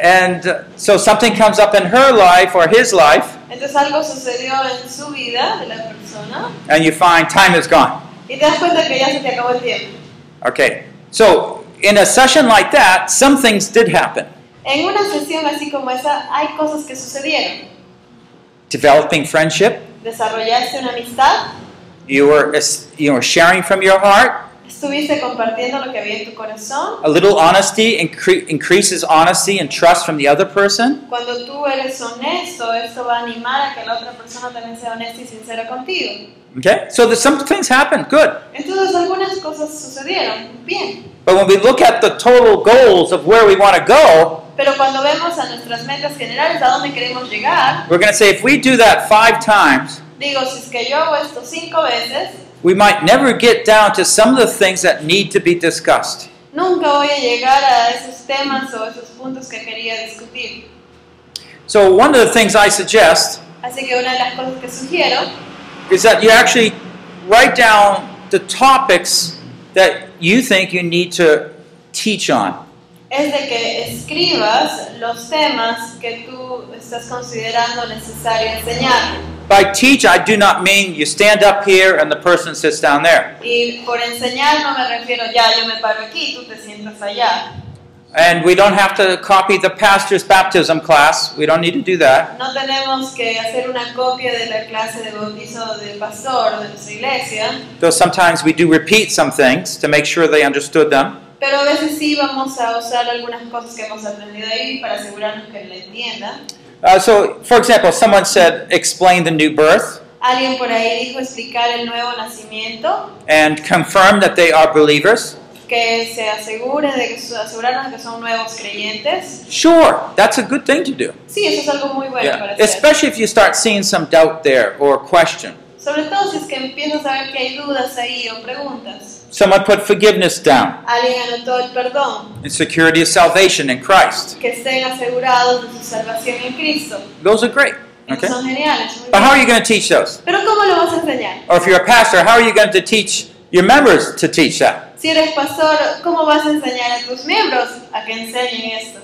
C: And uh, so something comes up in her life or his life,
D: entonces algo sucedió en su vida de la persona
C: and you find time is gone.
D: y te das cuenta que ya se te acabó el tiempo
C: Okay. So in a session like that, some things did happen.
D: en una sesión así como esa hay cosas que sucedieron
C: Developing friendship,
D: desarrollaste una amistad
C: you were es- you were sharing from your heart.
D: estuviste compartiendo lo que había en tu corazón
C: A little honesty incre- increases honesty and trust from the other person.
D: Cuando tú eres honesto, eso va a animar a que la otra persona también sea honesta y sincera contigo.
C: Okay? So there's some things happen. Good.
D: Entonces algunas cosas sucedieron, bien.
C: But when we look at the total goals of where we want to go,
D: Pero cuando vemos a nuestras metas generales, a dónde queremos llegar,
C: we're going to say if we do that 5 times,
D: digo, si es que yo hago esto cinco veces,
C: we might never get down to some of the things that need to be discussed.
D: nunca voy a llegar a esos temas o esos puntos que quería discutir.
C: So, one of the things I suggest
D: Así que una de las cosas que sugiero
C: is that you actually write down the topics that you think you need to teach on.
D: es de que escribas los temas que tú estás considerando necesario enseñar.
C: By teach, I do not mean you stand up here and the person sits down there.
D: Y por enseñar no me refiero ya, yo me paro aquí, tú te sientas allá.
C: And we don't have to copy the pastor's baptism class. We don't need to do that.
D: No tenemos que hacer una copia de la clase de bautizo del pastor o de nuestra iglesia,
C: Though sometimes we do repeat some things to make sure they understood them.
D: pero a veces sí vamos a usar algunas cosas que hemos aprendido ahí para asegurarnos que la entiendan.
C: Uh, so, for example, someone said, explain the new birth.
D: Alguien por ahí dijo explicar el nuevo nacimiento,
C: and confirm that they are believers?
D: que se asegure de que su- asegurarnos que son nuevos creyentes.
C: Sure, that's a good thing to do.
D: Sí, eso es algo muy bueno
C: Yeah.
D: para hacer.
C: Especially if you start seeing some doubt there or question.
D: Sobre todo si es que empiezas a ver que hay dudas ahí o preguntas.
C: Someone put forgiveness down
D: Alguien anotó el perdón.
C: and security of salvation in Christ.
D: que estén asegurados de su salvación en Cristo.
C: Those are great.
D: Esos
C: Okay?
D: Son geniales. muy
C: But how are
D: bien.
C: you going to teach those?
D: Pero ¿cómo lo vas a enseñar?
C: Or if you're a pastor, how are you going to teach your members to teach that?
D: Si eres pastor, ¿cómo vas a enseñar a tus miembros a que enseñen esto?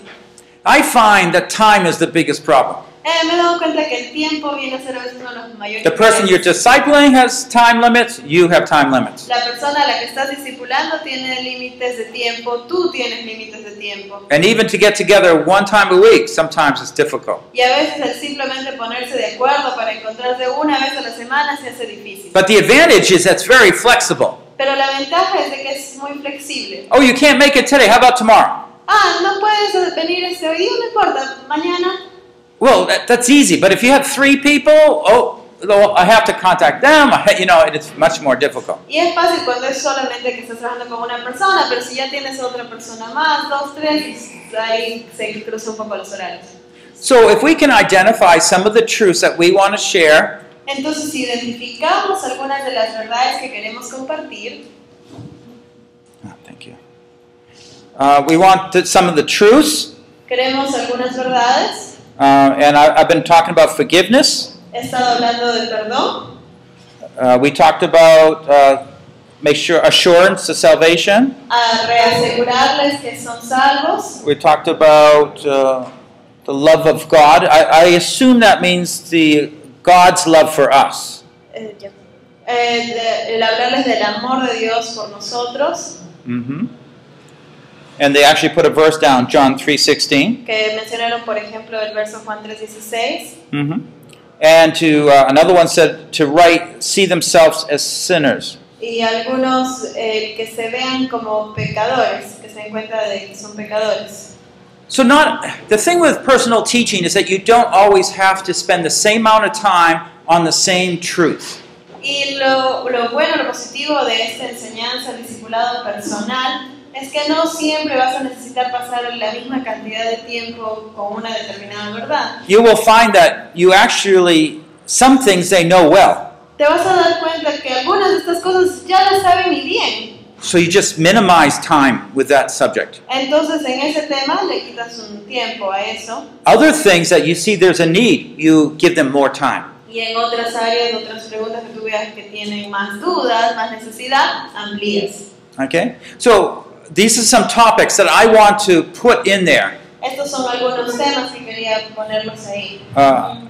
C: I find that time is the biggest problem.
D: Eh, me he dado cuenta que el tiempo viene a ser a veces uno de los mayores.
C: The person you're
D: problemas.
C: discipling has time limits, you have time limits.
D: La persona a la que estás discipulando tiene límites de tiempo, tú tienes límites de tiempo.
C: And even to get together one time a week, sometimes it's difficult.
D: Y a veces el simplemente ponerse de acuerdo para encontrarse una vez a la semana se hace difícil.
C: But the advantage is that's very flexible.
D: Pero la ventaja es de que es muy flexible.
C: Oh, you can't make it today, how about tomorrow?
D: Ah, no puedes venir este hoy día, no importa, mañana.
C: Well, that, that's easy, but if you have three people, oh, well, I have to contact them, I- you know, and it's much more difficult.
D: Y es fácil cuando es solamente que estás trabajando con una persona, pero si ya tienes otra persona más, dos, tres, ahí se cruzan un poco los horarios.
C: So if we can identify some of the truths that we want to share,
D: Entonces, si identificamos algunas de las verdades que queremos compartir,
C: oh, thank you. Uh, we want to, some of the truths,
D: queremos algunas verdades.
C: uh, and I, I've been talking about forgiveness.
D: He estado hablando de perdón,
C: Uh, we talked about uh, make sure assurance to salvation.
D: a reasegurarles que son salvos,
C: We talked about uh, the love of God. I, I assume that means the God's love for us.
D: eh, ya. el, el hablarles del amor de Dios por nosotros,
C: hmm And they actually put a verse down, John three
D: que mencionaron, por ejemplo, el verso Juan 3.16,
C: Mm-hmm. And to uh, another one said to write, see themselves as sinners.
D: y algunos eh, que se vean como pecadores, que se den cuenta de que son pecadores.
C: So not the thing with personal teaching is that you don't always have to spend the same amount of time on the same truth.
D: Y lo, lo bueno, lo positivo de esta enseñanza, el discipulado personal, es que no siempre vas a necesitar pasar la misma cantidad de tiempo con una determinada verdad.
C: you will find that you actually some things they know well
D: Te vas a dar cuenta que algunas de estas cosas ya las saben y bien.
C: so you just minimize time with that subject
D: Entonces en ese tema le quitas un tiempo a eso
C: other things that you see there's a need you give them more time
D: y en otras áreas, otras preguntas que tú veas que tienen más dudas, más necesidad, amplías.
C: okay so these are some topics that i want to put in there
D: Estos son algunos temas que quería ponerlos ahí.
C: uh,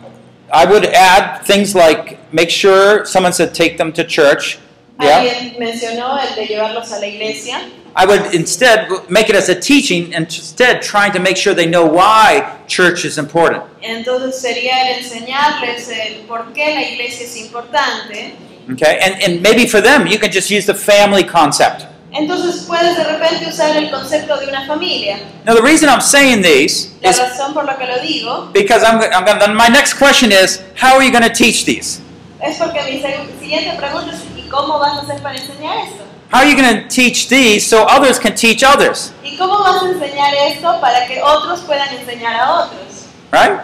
C: i would add things like make sure someone said take them to church yeah
D: Alguien mencionó el de llevarlos a la iglesia.
C: i would instead make it as a teaching and instead trying to make sure they know why church is important
D: Entonces sería el enseñarles el por qué la iglesia es importante.
C: okay and, and maybe for them you can just use the family concept
D: Entonces puedes de repente usar el concepto de una familia.
C: Now, the reason I'm saying these
D: La
C: is
D: razón por la que lo digo
C: because I'm, I'm gonna, then my next question is how are you going to teach these?
D: es porque mi seg- siguiente pregunta es ¿y cómo vas a hacer para enseñar esto?
C: How are you going to teach these so others can teach others?
D: ¿Y cómo vas a enseñar esto para que otros puedan enseñar a otros?
C: Right?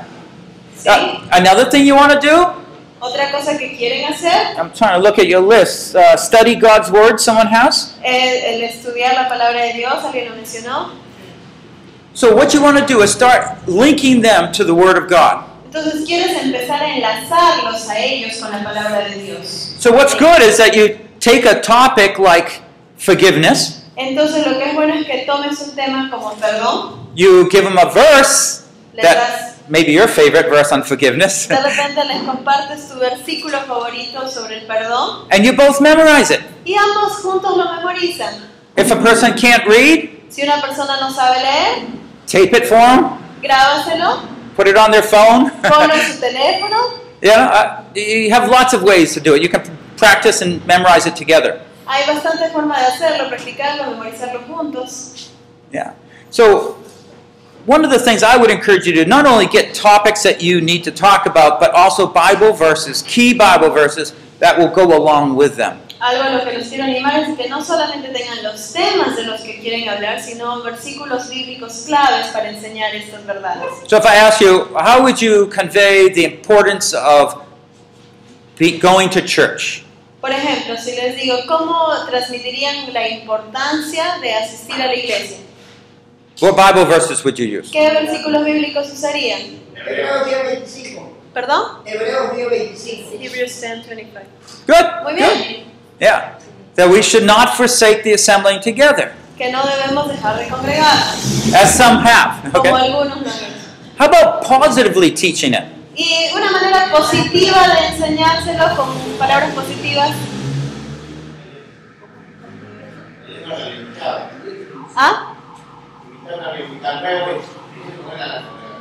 D: ¿Sí?
C: Uh, another thing you want to do?
D: Otra cosa que quieren hacer
C: I'm trying to look at your list. Uh, study God's word. Someone has.
D: es el estudiar la palabra de Dios, alguien lo mencionó.
C: So what you want to do is start linking them to the Word of God.
D: Entonces quieres empezar a enlazarlos a ellos con la palabra de Dios.
C: So what's good is that you take a topic like forgiveness.
D: Entonces lo que es bueno es que tomes un tema como perdón,
C: You give them a verse
D: les das,
C: that maybe your favorite verse on forgiveness,
D: de repente les compartes tu versículo favorito sobre el perdón
C: and you both memorize it.
D: y ambos juntos lo memorizan.
C: If a person can't read,
D: Si una persona no sabe leer,
C: tape it for them,
D: grábaselo,
C: put it on their phone.
D: ponlo en su teléfono.
C: yeah, uh, you have lots of ways to do it. You can practice and memorize it together.
D: Hay bastante forma de hacerlo, practicarlo, memorizarlo juntos.
C: Yeah. So, one of the things I would encourage you to do, not only get topics that you need to talk about, but also Bible verses, key Bible verses that will go along with them.
D: Algo a lo que los quiero animar es que no solamente tengan los temas de los que quieren hablar, sino versículos bíblicos claves para enseñar estas verdades.
C: So, if I ask you, how would you convey the importance of be, going to church?
D: Por ejemplo, si les digo, ¿cómo transmitirían la importancia de asistir a la iglesia?
C: What Bible verses would you use?
D: ¿Qué versículos bíblicos usarían?
E: Hebreos 10.25.
D: ¿Perdón?
E: Hebreos 10.25.
D: Hebrews 10:25.
C: Good.
D: Muy
C: Good.
D: bien.
C: Yeah. That we should not forsake the assembling together,
D: Que no debemos dejar de congregarnos,
C: as some have.
D: como
C: Okay.
D: algunos no han hecho.
C: How about positively teaching it?
D: Y una manera positiva de enseñárselo con palabras positivas. ¿Ah?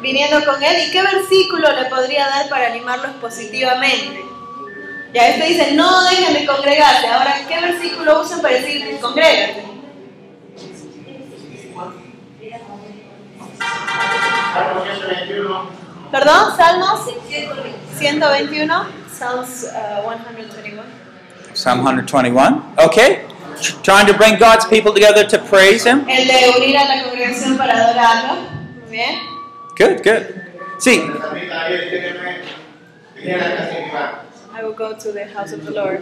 D: Viniendo con él, ¿y qué versículo le podría dar para animarlos positivamente? Ya este dice, no dejen de congregarse. Ahora, ¿qué versículo usan para decir congrégate? ¿Perdón? ¿Salmos? 121. Psalms uh, 121.
C: Psalm 121. Okay. Tr- Trying to bring God's people together to praise Him.
D: El de unir a la congregación para adorarlo. Muy bien.
C: Good, good. See,
D: I will go to the house of the Lord.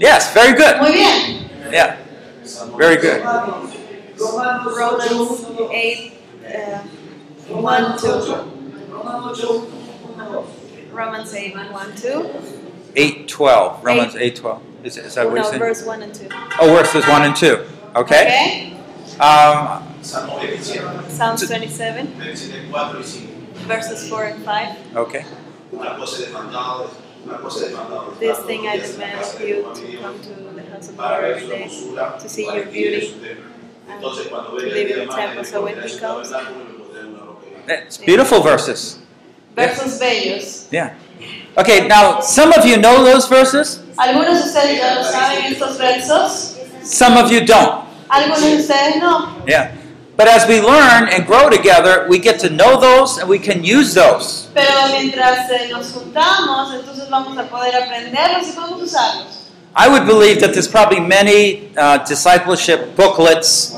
C: yes, very good.
D: Muy bien.
C: Yeah, very good.
D: Romans 8, uh, 1, 2. Romans 8, 1, 2.
C: 8:12. Romans 8:12. Is, is that what you're
D: No,
C: saying?
D: verse 1 and 2.
C: Oh, verses 1 and 2. Okay. Um,
D: Psalms 27, verses 4 and 5.
C: okay.
D: This thing I demand of you to come to the house of the Lord every day, to see your beauty, and to live in the temple. So when he comes,
C: It's beautiful verses.
D: versos bellos.
C: Yeah. Okay, now some of you know those verses,
D: Algunos de ustedes ya lo saben estos versos,
C: some of you don't.
D: algunos de ustedes no.
C: Yeah. But as we learn and grow together, we get to know those and we can use those.
D: Pero mientras eh, nos juntamos, entonces vamos a poder aprenderlos y podemos usarlos.
C: I would believe that there's probably many uh, discipleship booklets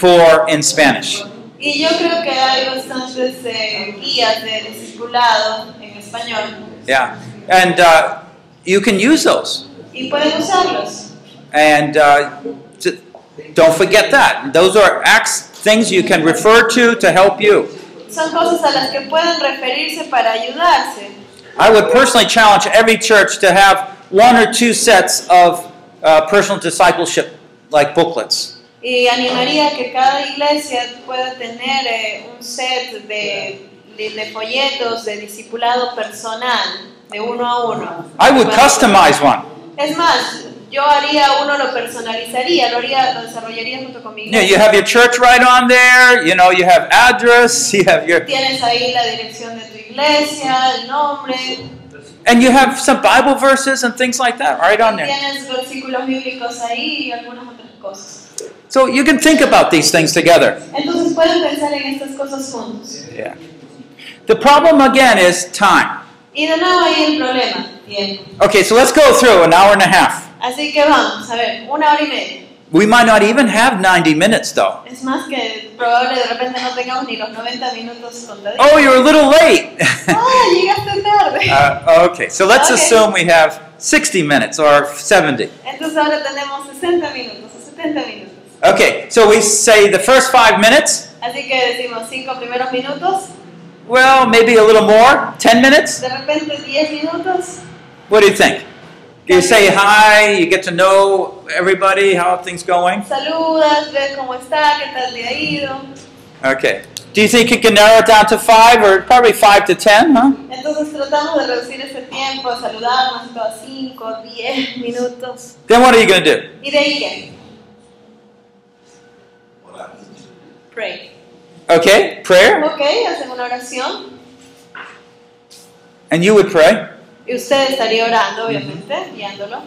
C: for in Spanish.
D: Y yo creo que hay bastantes eh, guías de discipulado en español
C: Yeah. And uh, you can use those.
D: y pueden usarlos.
C: And uh, j- don't forget that. Those are acts, things you can refer to to help you.
D: Son cosas a las que pueden referirse para ayudarse.
C: I would personally challenge every church to have one or two sets of uh, personal discipleship like booklets.
D: Y animaría que cada iglesia pueda tener eh, un set de, de, de folletos de discipulado personal, de uno a uno.
C: I would customize one.
D: Es más, yo haría uno, lo personalizaría, lo, haría, lo desarrollaría junto con mi
C: You, know,
D: iglesia.
C: you have your church right on there, you know, you have address, you have your
D: Tienes ahí la dirección de tu iglesia, el nombre,
C: and you have some Bible verses and things like that right on there.
D: tienes versículos bíblicos ahí y algunas otras cosas.
C: So you can think about these things together.
D: Entonces pueden pensar en estas cosas juntos.
C: Yeah. The problem again is time.
D: Y de nuevo ahí el problema, tiempo.
C: Okay, so let's go through an hour and a half.
D: Así que vamos, a ver, una hora y media.
C: We might not even have 90 minutes though.
D: Es más que probable de repente no tengamos ni los 90 minutos contaditos.
C: Oh, you're a little late.
D: ¡Ah, llegaste tarde!
C: Uh, okay, so let's
D: Okay.
C: assume we have 60 minutes or 70.
D: Entonces ahora tenemos 60 minutos o 70 minutos.
C: Okay, so we say the first five minutes,
D: Así que decimos 5 primeros minutos,
C: well, maybe a little more, 10 minutes.
D: de repente 10 minutos.
C: What do you think? You say hi, you get to know everybody, how are things going?
D: Saludas, ves cómo está, qué tal le ha ido.
C: Okay. Do you think you can narrow it down to five or probably five to 10, huh?
D: Entonces tratamos de reducir ese tiempo, de saludarnos todo a 5, 10 minutos.
C: Then what are you going to do?
D: ¿Y de ahí qué? Pray.
C: Okay, prayer.
D: Ok, hacen una oración.
C: And you would pray.
D: Y usted estaría orando, obviamente, guiándolo.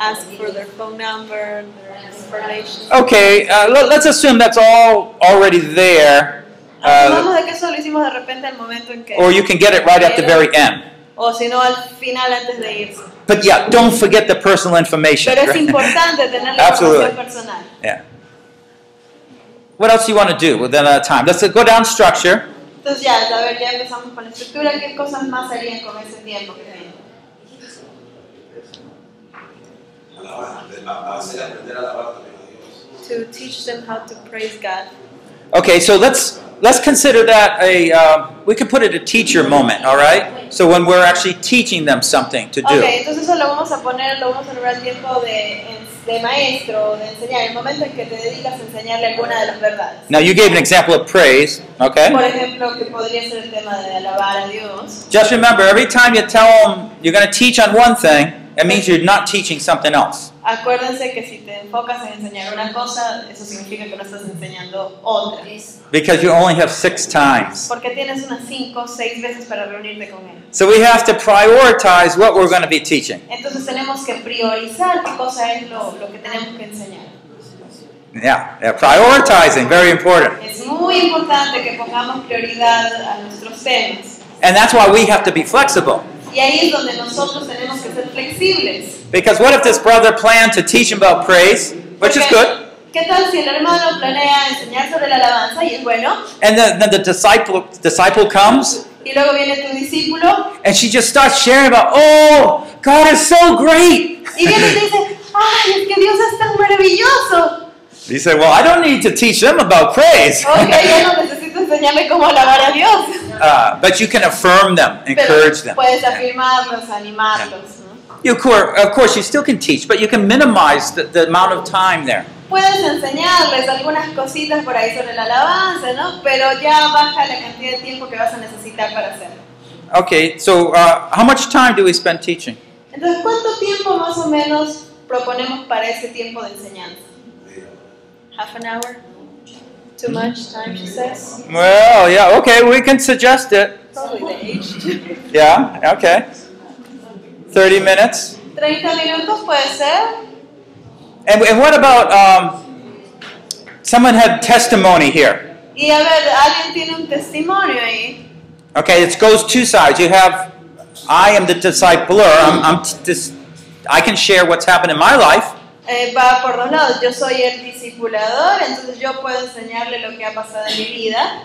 D: ask for their phone number, their information.
C: Okay, uh, let, us assume that's all already there. Uh,
D: Asumamos de que eso lo hicimos de repente al momento en que.
C: or you can get it right at the very end.
D: O si no, al final antes de irse.
C: But yeah, don't forget the personal information.
D: Pero es importante tener la información
C: Absolutely.
D: personal.
C: Yeah. What else do you want to do within that time? Let's go down structure.
D: Entonces, ya, a ver, ya empezamos con la estructura. ¿Qué cosas más harían con ese tiempo que tienen? To teach them how to praise God.
C: Okay, so let's let's consider that a, uh, we could put it a teacher moment, all right? So when we're actually teaching them something to
D: Ok,
C: do.
D: entonces eso lo vamos a poner, lo vamos a nombrar tiempo de, de maestro, de enseñar, el momento en que te dedicas a enseñarle alguna de las verdades.
C: Now, you gave an example of praise,
D: Por
C: okay?
D: ejemplo, que podría ser el tema de alabar a Dios.
C: Just remember, every time you tell them you're going to teach on one thing, it means you're not teaching something else.
D: Acuérdense que si te enfocas en enseñar una cosa, eso significa que no estás enseñando otra.
C: Because you only have six times.
D: Porque tienes unas 5 o 6 veces para reunirte con él.
C: So we have to prioritize what we're going to be teaching.
D: Entonces tenemos que priorizar qué cosa es lo, lo que tenemos que enseñar.
C: Yeah, yeah, prioritizing, very important.
D: Es muy importante que pongamos prioridad a nuestros temas.
C: And that's why we have to be flexible.
D: Y ahí es donde nosotros tenemos que ser flexibles.
C: Because what if this brother planned to teach him about praise, which is
D: Porque,
C: good,
D: ¿Qué tal si el hermano planea enseñar sobre la alabanza y es bueno?
C: and then, then the disciple disciple comes
D: Y luego viene tu discípulo
C: and she just starts sharing about, oh, God is so great.
D: y viene y te dice, ¡ay, es que Dios es tan maravilloso!
C: You say, well, I don't need to teach them about praise.
D: Ok, ya no necesito enseñarle cómo alabar a Dios.
C: Uh, but you can affirm them, encourage them.
D: Pero puedes afirmarlos, animarlos. ¿no?
C: You, of cour- of course, you still can teach, but you can minimize the, the amount of time there.
D: Puedes enseñarles algunas cositas por ahí sobre la alabanza, ¿no? Pero ya baja la cantidad de tiempo que vas a necesitar para hacerlo.
C: Okay, so uh, how much time do we spend teaching?
D: Entonces, ¿cuánto tiempo más o menos proponemos para ese tiempo de enseñanza? Half an hour? Too much time, she says.
C: Well, yeah, okay, we can suggest it.
D: Probably the age.
C: Yeah, okay. 30 minutes.
D: 30 minutos puede ser.
C: And, and what about um, someone had testimony here?
D: Y a ver, alguien tiene un testimonio ahí.
C: Okay, it goes two sides. You have, I am the discipler. I'm, I'm t- dis- I can share what's happened in my life,
D: Eh, va por dos lados. Yo soy el discipulador, entonces yo puedo enseñarle lo que ha pasado en mi vida.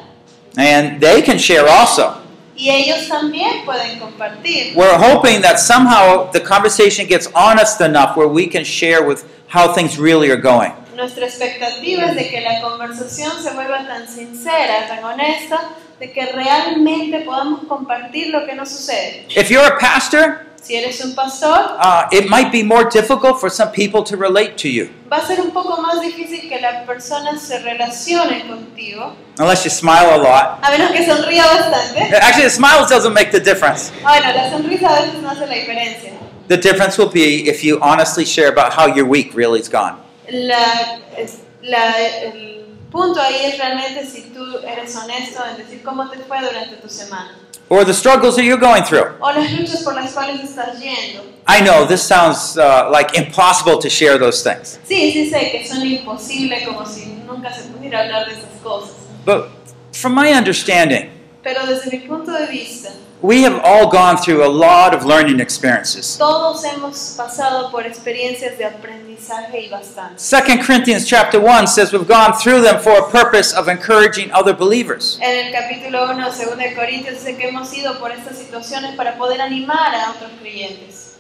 C: and they can share also.
D: Y ellos también pueden compartir.
C: We're hoping that somehow the conversation gets honest enough where we can share with how things really are going.
D: Nuestra expectativa es de que la conversación se vuelva tan sincera, tan honesta, de que realmente podamos compartir lo que nos sucede.
C: If you're a pastor,
D: Si eres un pastor,
C: uh, it might be more difficult for some people to relate to you,
D: va a ser un poco más difícil que las personas se relacionen contigo,
C: unless you smile a lot.
D: a menos que sonría bastante.
C: Actually, the smiles doesn't make the difference.
D: Bueno, la sonrisa a veces no hace la diferencia.
C: The difference will be if you honestly share about how your week really has gone.
D: La- es- la- el punto ahí es realmente si tú eres honesto en decir cómo te fue durante tu semana
C: or the struggles that you're going through.
D: o las luchas por las cuales estás yendo.
C: I know this sounds uh, like impossible to share those things,
D: Sí, sí sé que son imposibles, como si nunca se pudiera hablar de esas cosas.
C: but from my understanding,
D: Pero desde mi punto de vista,
C: we have all gone through a lot of learning experiences.
D: todos hemos pasado por experiencias de aprendizaje y bastante.
C: 2 Corinthians chapter 1 says we've gone through them for a purpose of encouraging other believers.
D: En el capítulo 1 de 2 de Corintios dice que hemos ido por estas situaciones para poder animar a otros creyentes.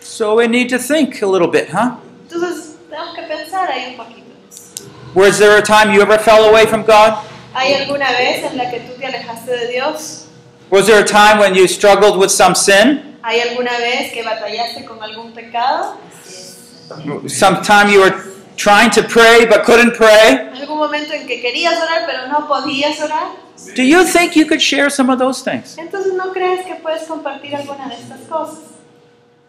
C: So we need to think a little bit, huh?
D: Entonces, tenemos que pensar ahí un poquito.
C: Was there a time you ever fell away from God?
D: ¿Hay alguna vez en la que tú te alejaste de Dios?
C: Was there a time when you struggled with some sin?
D: ¿Hay alguna vez que batallaste con algún pecado?
C: Some time you were trying to pray but couldn't pray?
D: ¿Algún momento en que querías orar pero no podías orar?
C: Do you think you could share some of those things?
D: Entonces, ¿no crees que puedes compartir alguna de estas cosas?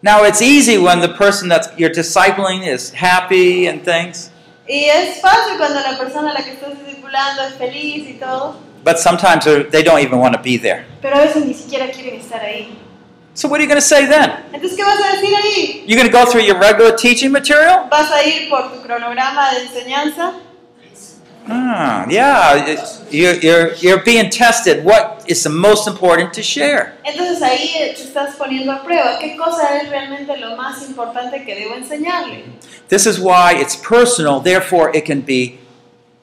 C: Now it's easy when the person that you're discipling is happy and things,
D: Y es fácil cuando la persona a la que estás discipulando es feliz y todo,
C: but sometimes they're- they don't even want to be there.
D: pero a veces ni siquiera quieren estar ahí.
C: So what are you going to say then?
D: Entonces, ¿qué vas a decir ahí?
C: You're going to go through your regular teaching material?
D: ¿Vas a ir por tu cronograma de enseñanza?
C: Ah, yeah, it's- you're, you're, you're being tested. What is the most important to share?
D: Entonces ahí eh, te estás poniendo a prueba. ¿Qué cosa es realmente lo más importante que debo enseñarle?
C: This is why it's personal, therefore it can be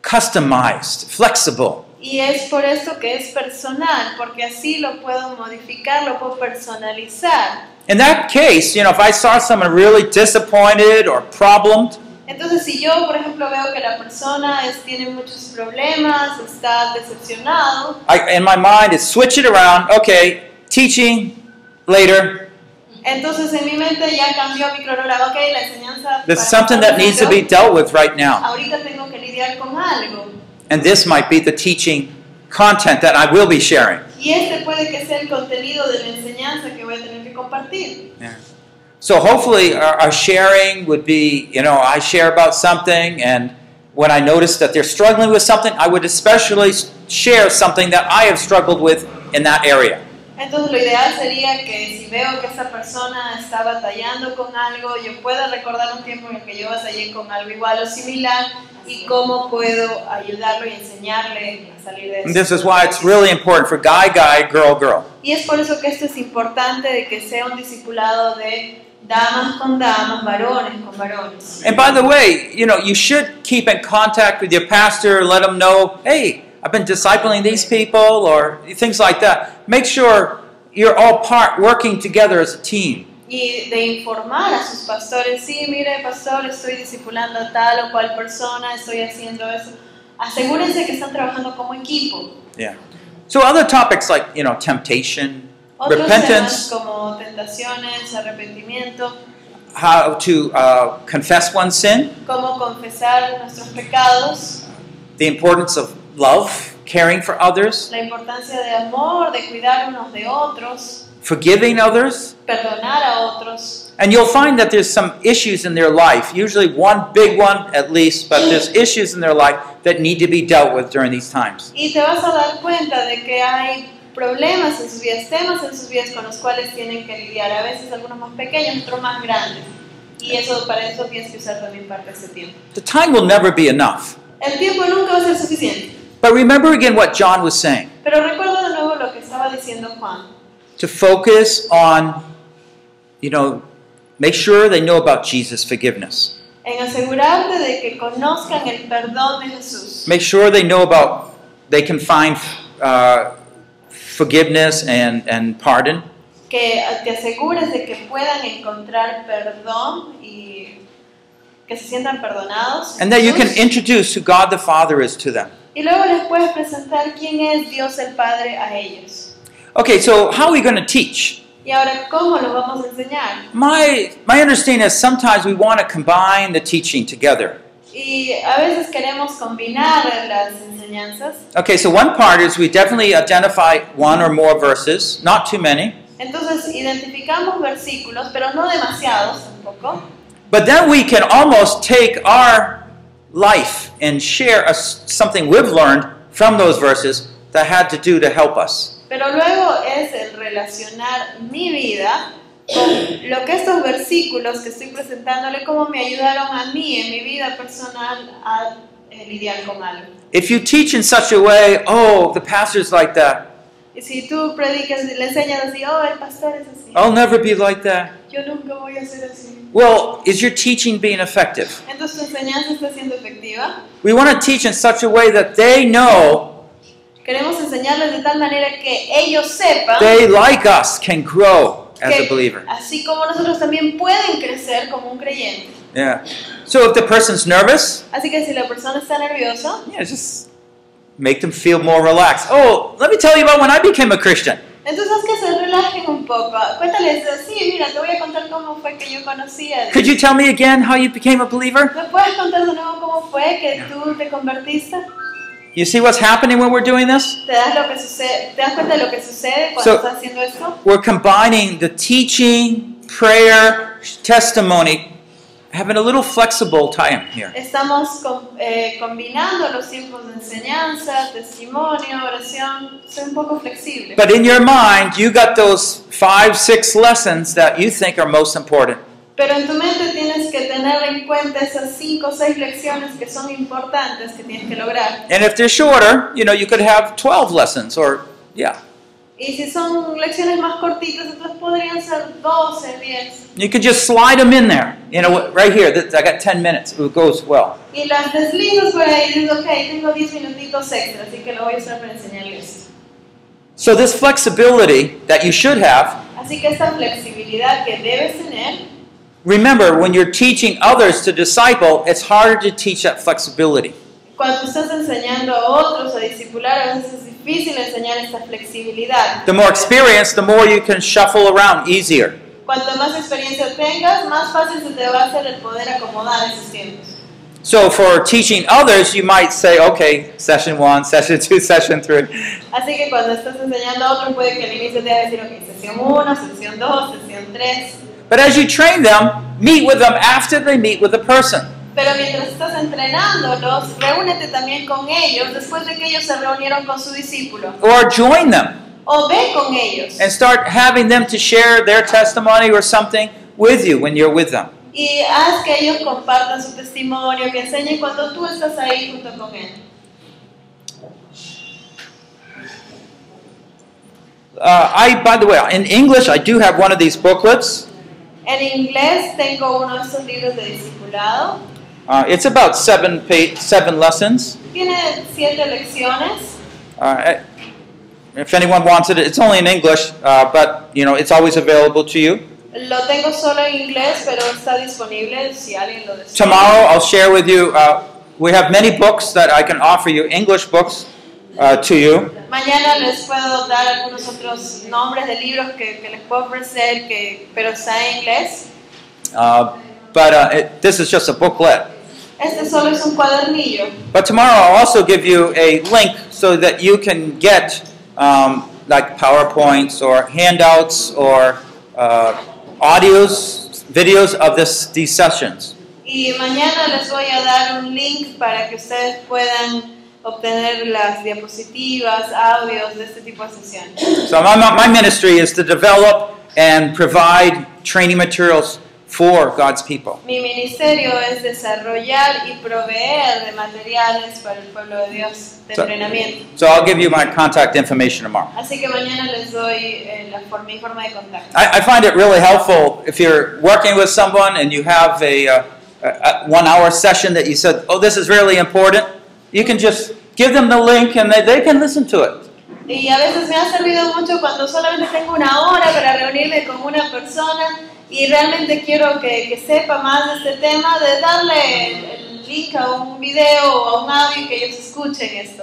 C: customized, flexible.
D: Y es por esto que es personal, porque así lo puedo modificar, lo puedo personalizar.
C: In that case, you know, if I saw someone really disappointed or problemed,
D: Entonces, si yo, por ejemplo, veo que la persona es- tiene muchos problemas, está decepcionado,
C: I, in my mind, is switch it around. Okay, teaching later.
D: entonces en mi mente ya cambió mi cronograma, ok, la enseñanza...
C: There's
D: para
C: something that needs to be dealt with right now.
D: Ahorita tengo que lidiar con algo.
C: And this might be the teaching content that I will be sharing.
D: Y este puede que sea el contenido de la enseñanza que voy a tener que compartir.
C: So hopefully our, our sharing would be, you know, I share about something and when I notice that they're struggling with something, I would especially s- share something that I have struggled with in that area.
D: Entonces lo ideal sería que si veo que esa persona está batallando con algo, yo pueda recordar un tiempo en el que yo batallé con algo igual o similar y cómo puedo ayudarlo y enseñarle a salir de eso.
C: And this is why it's really important for guy guy, girl girl.
D: Y es por eso que esto es importante de que sea un discipulado de damas con damas, varones con varones.
C: And by the way, you know, you should keep in contact with your pastor, let them know, hey, I've been discipling these people or things like that. Make sure you're all part working together as a team.
D: y de informar a sus pastores, sí, mire pastor, estoy discipulando a tal o cual persona, estoy haciendo eso. Asegúrense que están trabajando como equipo.
C: Yeah. So other topics like, you know, temptation,
D: Otros temas
C: Repentance.
D: como tentaciones, arrepentimiento,
C: how to uh, confess one's sin,
D: cómo confesar nuestros pecados,
C: the importance of love, caring for others,
D: la importancia de amor, de cuidar unos de otros,
C: forgiving others.
D: perdonar a otros.
C: And you'll find that there's some issues in their life, usually one big one at least, but there's issues in their life that need to be dealt with during these times.
D: Y te vas a dar cuenta de que hay problemas en sus vidas, temas en sus vidas con los cuales tienen que lidiar, a veces algunos más pequeños, otros más grandes. Y eso para eso tienes que usar también parte de ese tiempo.
C: The time will never be enough.
D: El tiempo nunca va a ser suficiente.
C: But remember again what John was saying
D: Pero recuerda de nuevo lo que estaba diciendo Juan.
C: to focus on, you know, make sure they know about Jesus' forgiveness,
D: En asegurarte de que conozcan el perdón de Jesús.
C: make sure they know about, they can find uh, forgiveness and, and pardon.
D: Que te asegures de que puedan encontrar perdón y que se sientan perdonados.
C: And then you can
D: Jesús.
C: introduce who God the Father is to them.
D: y luego les puedes presentar quién es Dios el Padre a ellos.
C: Okay, so how are we going to teach?
D: Y ahora, ¿cómo lo vamos a enseñar?
C: My, my understanding is sometimes we want to combine the teaching together.
D: Y a veces queremos combinar las enseñanzas.
C: Okay, so one part is we definitely identify one or more verses, not too many,
D: Entonces, identificamos versículos, pero no demasiados tampoco.
C: but then we can almost take our life and share a s- something we've learned from those verses that had to do to help us.
D: Pero luego es el relacionar mi vida con lo que estos versículos que estoy presentándole, cómo me ayudaron a mí en mi vida personal a eh, lidiar con algo.
C: If you teach in such a way, oh, the pastor's like that,
D: Y si tú predicas y le enseñas así, oh, el pastor es así,
C: I'll never be like that.
D: yo nunca voy a ser así.
C: Well, is your teaching being effective?
D: Entonces, tu enseñanza está siendo efectiva.
C: We want to teach in such a way that they know
D: Queremos enseñarles de tal manera que ellos sepan
C: they, like us, can grow as a
D: que
C: believer.
D: así como nosotros también pueden crecer como un creyente.
C: Yeah. So if the person's nervous,
D: Así que si la persona está nerviosa,
C: yeah, just make them feel more relaxed. Oh, let me tell you about when I became a Christian.
D: entonces haz que se relajen un poco. Cuéntales, sí, mira, te voy a contar cómo fue que yo conocí a
C: Could
D: Dios.
C: you tell me again how you became a believer?
D: ¿Me puedes contar de nuevo cómo fue que tú te convertiste?
C: You see what's happening when we're doing this?
D: ¿Te das, lo que sucede, ¿Te das cuenta de lo que sucede cuando
C: So-
D: estás haciendo esto?
C: We're combining the teaching, prayer, testimony, having a little flexible time here.
D: Estamos com- eh, combinando los tiempos de enseñanza, testimonio, oración. Soy un poco flexible.
C: But in your mind, you got those five, six lessons that you think are most important.
D: Pero en tu mente tienes que tener en cuenta esas cinco o seis lecciones que son importantes que tienes que lograr.
C: And if they're shorter, you know, you could have 12 lessons or, yeah.
D: Y si son lecciones más cortitas, entonces podrían ser 12, 10.
C: You could just slide them in there. You know, right here, th- I got 10 minutes. It goes well.
D: Y las deslizas por ahí y dices, ok, tengo 10 minutitos extra, así que lo voy a usar para enseñarles.
C: So, this flexibility that you should have
D: Así que esta flexibilidad que debes tener
C: remember, when you're teaching others to disciple, it's harder to teach that flexibility.
D: Cuando tú estás enseñando a otros a discipular, a veces es difícil enseñar esta flexibilidad.
C: The more experience, the more you can shuffle around easier.
D: Cuanto más experiencia tengas, más fácil se te va a hacer el poder acomodar esos tiempos.
C: So for teaching others, you might say, okay, session one, session two, session three.
D: Así que cuando estás enseñando a otros, puede que al inicio te haga decir, ok, sesión 1, sesión 2, sesión 3.
C: But as you train them, meet with them after they meet with the person.
D: Pero mientras estás entrenándolos, reúnete también con ellos después de que ellos se reunieron con su discípulo.
C: Or join them
D: O ve con ellos
C: and start having them to share their testimony or something with you when you're with them.
D: y haz que ellos compartan su testimonio, que enseñen cuando tú estás ahí junto con él.
C: Uh, I, by the way, in English, I do have one of these booklets.
D: En inglés tengo uno de esos libros de discipulado.
C: Uh, it's about seven pa- seven lessons.
D: Tiene siete lecciones.
C: Uh, if anyone wants it, it's only in English, uh, but you know it's always available to you.
D: Lo tengo solo en inglés, pero está disponible si alguien lo desea.
C: Tomorrow, I'll share with you. Uh, we have many books that I can offer you, English books, uh, to you.
D: Mañana les puedo dar algunos otros nombres de libros que, que les puedo ofrecer, que, pero está en inglés.
C: Uh, but uh, it, this is just a booklet.
D: Este solo es un cuadernillo.
C: But tomorrow, I'll also give you a link so that you can get um, like PowerPoints or handouts or uh, audios, videos of this, these sessions.
D: Y mañana les voy a dar un link para que ustedes puedan obtener las diapositivas, audios de este tipo de sesiones.
C: So my, my my ministry is to develop and provide training materials for God's people.
D: Mi ministerio es desarrollar y proveer de materiales para el pueblo de Dios de
C: So-
D: entrenamiento.
C: So I'll give you my contact information tomorrow.
D: Así que mañana les doy eh, la forma, mi forma de contacto.
C: I, I find it really helpful if you're working with someone and you have a, uh, a, a one-hour session that you said, "Oh, this is really important." You can just give them the link and they, they can listen to it.
D: Y a veces me ha servido mucho cuando solamente tengo una hora para reunirme con una persona y realmente quiero que, que sepa más de este tema, de darle el, el link a un video o a un audio y que ellos escuchen esto.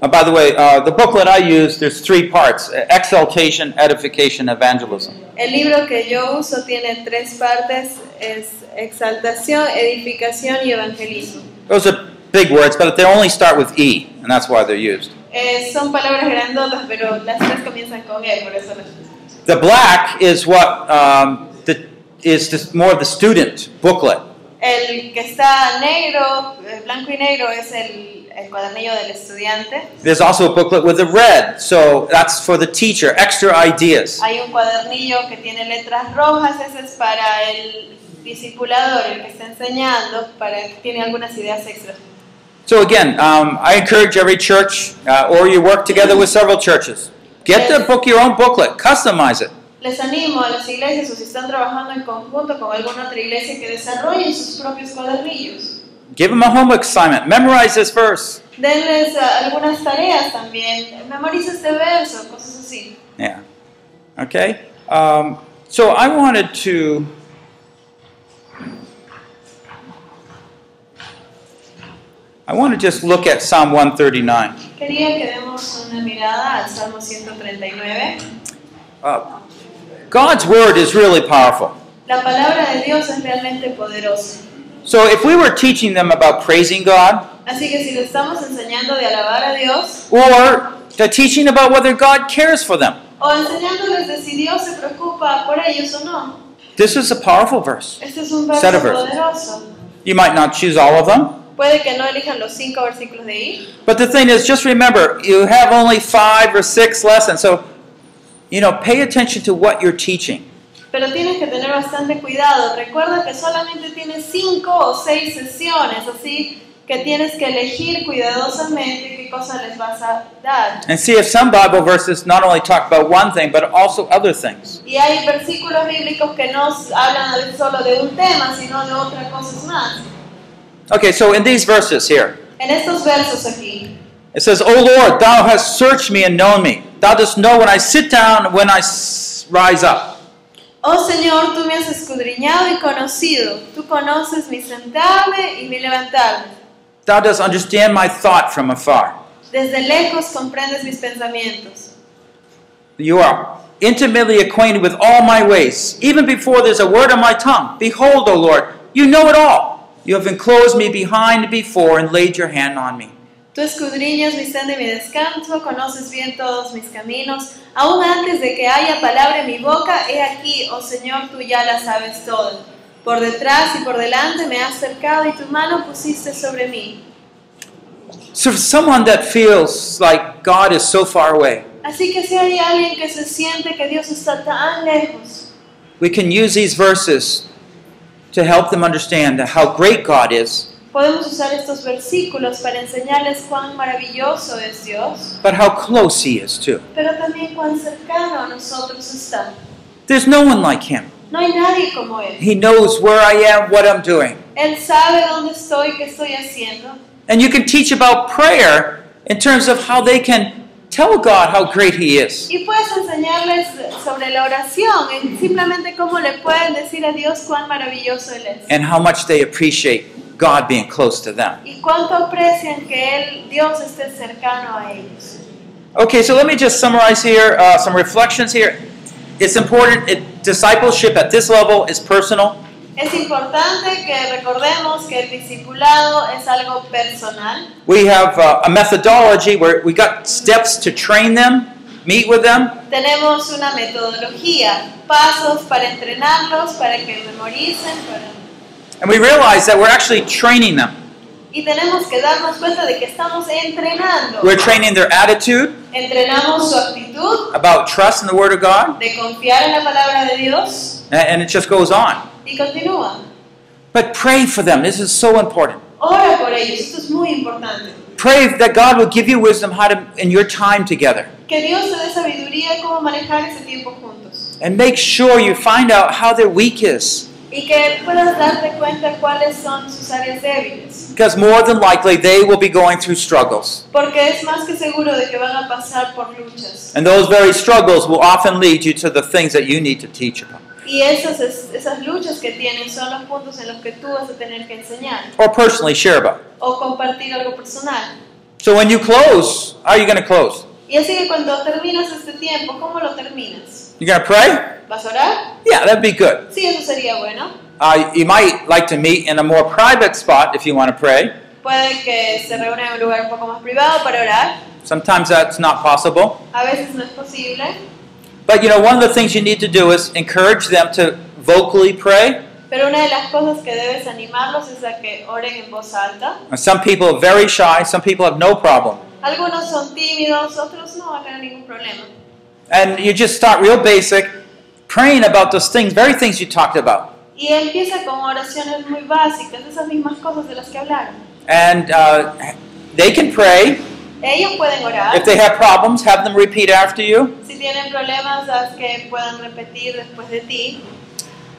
C: Uh, by the way, uh, the booklet I use, there's three parts: uh, exaltation, edification, evangelism.
D: El libro que yo uso tiene tres partes, es exaltación, edificación y evangelismo.
C: Those are big words, but they only start with E, and that's why they're used.
D: Eh, son palabras grandotas, pero las tres comienzan con E, por eso las uso.
C: The black is what um, the, is this more of the student booklet.
D: El que está negro, eh, blanco y negro, es el, el cuadernillo del estudiante.
C: There's also a booklet with the red, so that's for the teacher, extra ideas.
D: Hay un cuadernillo que tiene letras rojas, ese es para el discipulador, el que está enseñando, para que tiene algunas ideas extras.
C: So again, um, I encourage every church, uh, or you work together with several churches, get the book, your own booklet, customize it.
D: Les animo a las iglesias o si están trabajando en conjunto con alguna otra iglesia que desarrollen sus propios cuadernillos.
C: Give them a homework assignment. Memorize this verse.
D: Denles ah, algunas tareas también, memoriza este verso, cosas así.
C: Yeah. Okay. Um, so I wanted to. I want to just look at Psalm 139.
D: Quería que demos una mirada al Salmo 139.
C: Uh, God's word is really powerful.
D: La palabra de Dios es realmente poderosa.
C: So if we were teaching them about praising God,
D: Así que si le estamos enseñando de alabar a Dios,
C: or the teaching about whether God cares for them,
D: o enseñándoles de si Dios se preocupa por ellos o no.
C: this is a powerful verse.
D: Este es un
C: Set
D: verso
C: of verses.
D: poderoso.
C: You might not choose all of them,
D: Puede que no elijan los cinco versículos de ahí,
C: but the thing is, just remember, you have only five or six lessons. So, you know, pay attention to what you're teaching.
D: pero tienes que tener bastante cuidado. Recuerda que solamente tienes cinco o seis sesiones, así que tienes que elegir cuidadosamente qué cosa les vas a dar.
C: and see if some Bible verses not only talk about one thing but also other things.
D: Y hay versículos bíblicos que no hablan a veces solo de un tema, sino de otras cosas más.
C: Okay, so in these verses here,
D: En estos versos aquí,
C: it says, O Lord, thou hast searched me and known me. Thou dost know when I sit down and when I s- rise up.
D: Oh Señor, tú me has escudriñado y conocido. Tú conoces mi sentarme y mi levantarme.
C: Thou dost understand my thought from afar.
D: Desde lejos comprendes mis pensamientos.
C: You are intimately acquainted with all my ways, even before there's a word on my tongue. Behold, O Lord, you know it all. You have enclosed me behind and before and laid your hand on me.
D: Tú escudriñas mi senda y mi descanso, conoces bien todos mis caminos. Aún antes de que haya palabra en mi boca, he aquí, oh Señor, tú ya la sabes toda. Por detrás y por delante me has cercado y tu mano pusiste sobre mí.
C: So, for someone that feels like God is so far away,
D: Así que si hay alguien que se siente que Dios está tan lejos,
C: we can use these verses to help them understand how great God is,
D: podemos usar estos versículos para enseñarles cuán maravilloso es Dios,
C: but how close He is too.
D: pero también cuán cercano a nosotros está.
C: There's no one like Him.
D: No hay nadie como Él.
C: He knows where I am, what I'm doing.
D: Él sabe dónde estoy, qué estoy haciendo.
C: And you can teach about prayer in terms of how they can tell God how great He is.
D: Y puedes enseñarles sobre la oración, en simplemente cómo le pueden decir a Dios cuán maravilloso Él es.
C: and how much they appreciate God being close to them.
D: Y cuánto aprecian que Él, Dios esté cercano a ellos.
C: Okay, so let me just summarize here uh, some reflections here. It's important, it, discipleship at this level is personal.
D: Es importante que recordemos que el discipulado es algo personal.
C: We have uh, a methodology where we got steps to train them, meet with them,
D: Tenemos una metodología, pasos para entrenarlos, para que memoricen. para-
C: and we realize that we're actually training them.
D: Y tenemos que darnos cuenta de que estamos entrenando.
C: We're training their attitude
D: Entrenamos su actitud
C: about trust in the Word of God,
D: de confiar en la palabra de Dios
C: a- and it just goes on.
D: y continúa.
C: But pray for them. This is so important.
D: Ora por ellos, esto es muy importante.
C: Pray that God will give you wisdom how to in your time together.
D: Que Dios te dé sabiduría cómo manejar ese tiempo juntos.
C: And make sure you find out how their week is.
D: Y que puedas darte cuenta cuáles son sus áreas débiles.
C: Because more than likely they will be going through struggles.
D: Porque es más que seguro de que van a pasar por luchas.
C: And those very struggles will often lead you to the things that you need to teach about.
D: Y esas, es- esas luchas que tienen son los puntos en los que tú vas a tener que enseñar
C: Or personally share about.
D: o compartir algo personal.
C: So when you close, how are you going to close?
D: Y así que cuando terminas este tiempo, ¿cómo lo terminas?
C: You're going to pray?
D: ¿Vas a orar?
C: Yeah, that'd be good.
D: Sí, eso sería bueno.
C: Uh, you might like to meet in a more private spot if you want to pray.
D: Puede que se reúna en un lugar un poco más privado para orar.
C: Sometimes that's not possible.
D: A veces no es posible.
C: But you know, one of the things you need to do is encourage them to vocally pray.
D: Pero una de las cosas que debes animarlos es a que oren en voz alta.
C: And some people are very shy, some people have no problem.
D: Algunos son tímidos, otros no van a tener ningún problema.
C: And you just start real basic, praying about those things, very things you talked about.
D: Y empieza con oraciones muy básicas, esas mismas cosas de las que hablaron.
C: And uh, they can pray.
D: Ellos pueden orar.
C: If they have problems, have them repeat after you.
D: Si tienen problemas, haz que puedan repetir después de ti.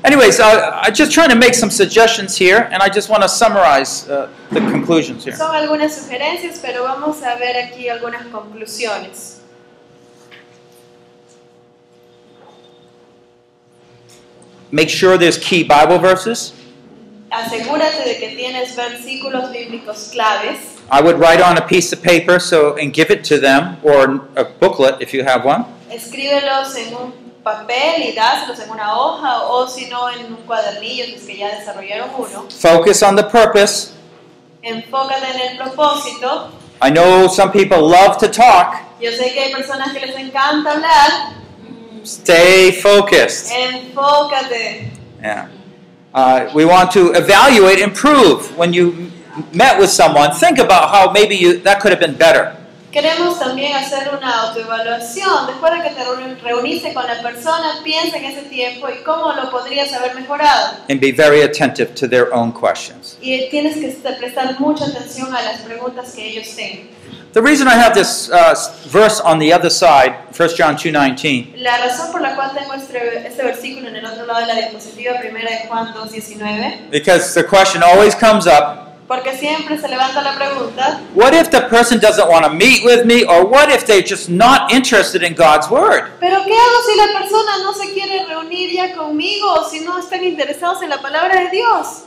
C: Anyways, uh, I'm just trying to make some suggestions here, and I just want to summarize uh, the conclusions here.
D: Son algunas sugerencias, pero vamos a ver aquí algunas conclusiones.
C: Make sure there's key Bible verses.
D: Asegúrate de que tienes versículos bíblicos claves.
C: I would write on a piece of paper so and give it to them, or a booklet if you have one.
D: Escríbelos en un papel y dáselos en una hoja o si no en un cuadernillo, si es que ya desarrollaron uno.
C: Focus on the purpose.
D: Enfócate en el propósito.
C: I know some people love to talk.
D: Yo sé que hay personas que les encanta hablar.
C: Stay focused.
D: Enfócate.
C: Yeah. Uh, we want to evaluate, improve. When you m- met with someone, think about how maybe you, that could have been better.
D: Queremos también hacer una autoevaluación. Después de que te reuni- reuniste con la persona, piensa en ese tiempo y cómo lo podrías haber mejorado.
C: And be very attentive to their own questions.
D: Y tienes que est- prestar mucha atención a las preguntas que ellos tengan.
C: The reason I have this uh, s- verse on the other side, 1 John 2.19,
D: La razón por la cual tengo este, este versículo en el otro lado de la diapositiva, primera de Juan 2.19,
C: because the question always comes up,
D: Porque siempre se levanta la pregunta,
C: What if the person doesn't want to meet with me? Or what if they're just not interested in God's Word?
D: ¿pero qué hago si la persona no se quiere reunir ya conmigo o si no están interesados en la palabra de Dios?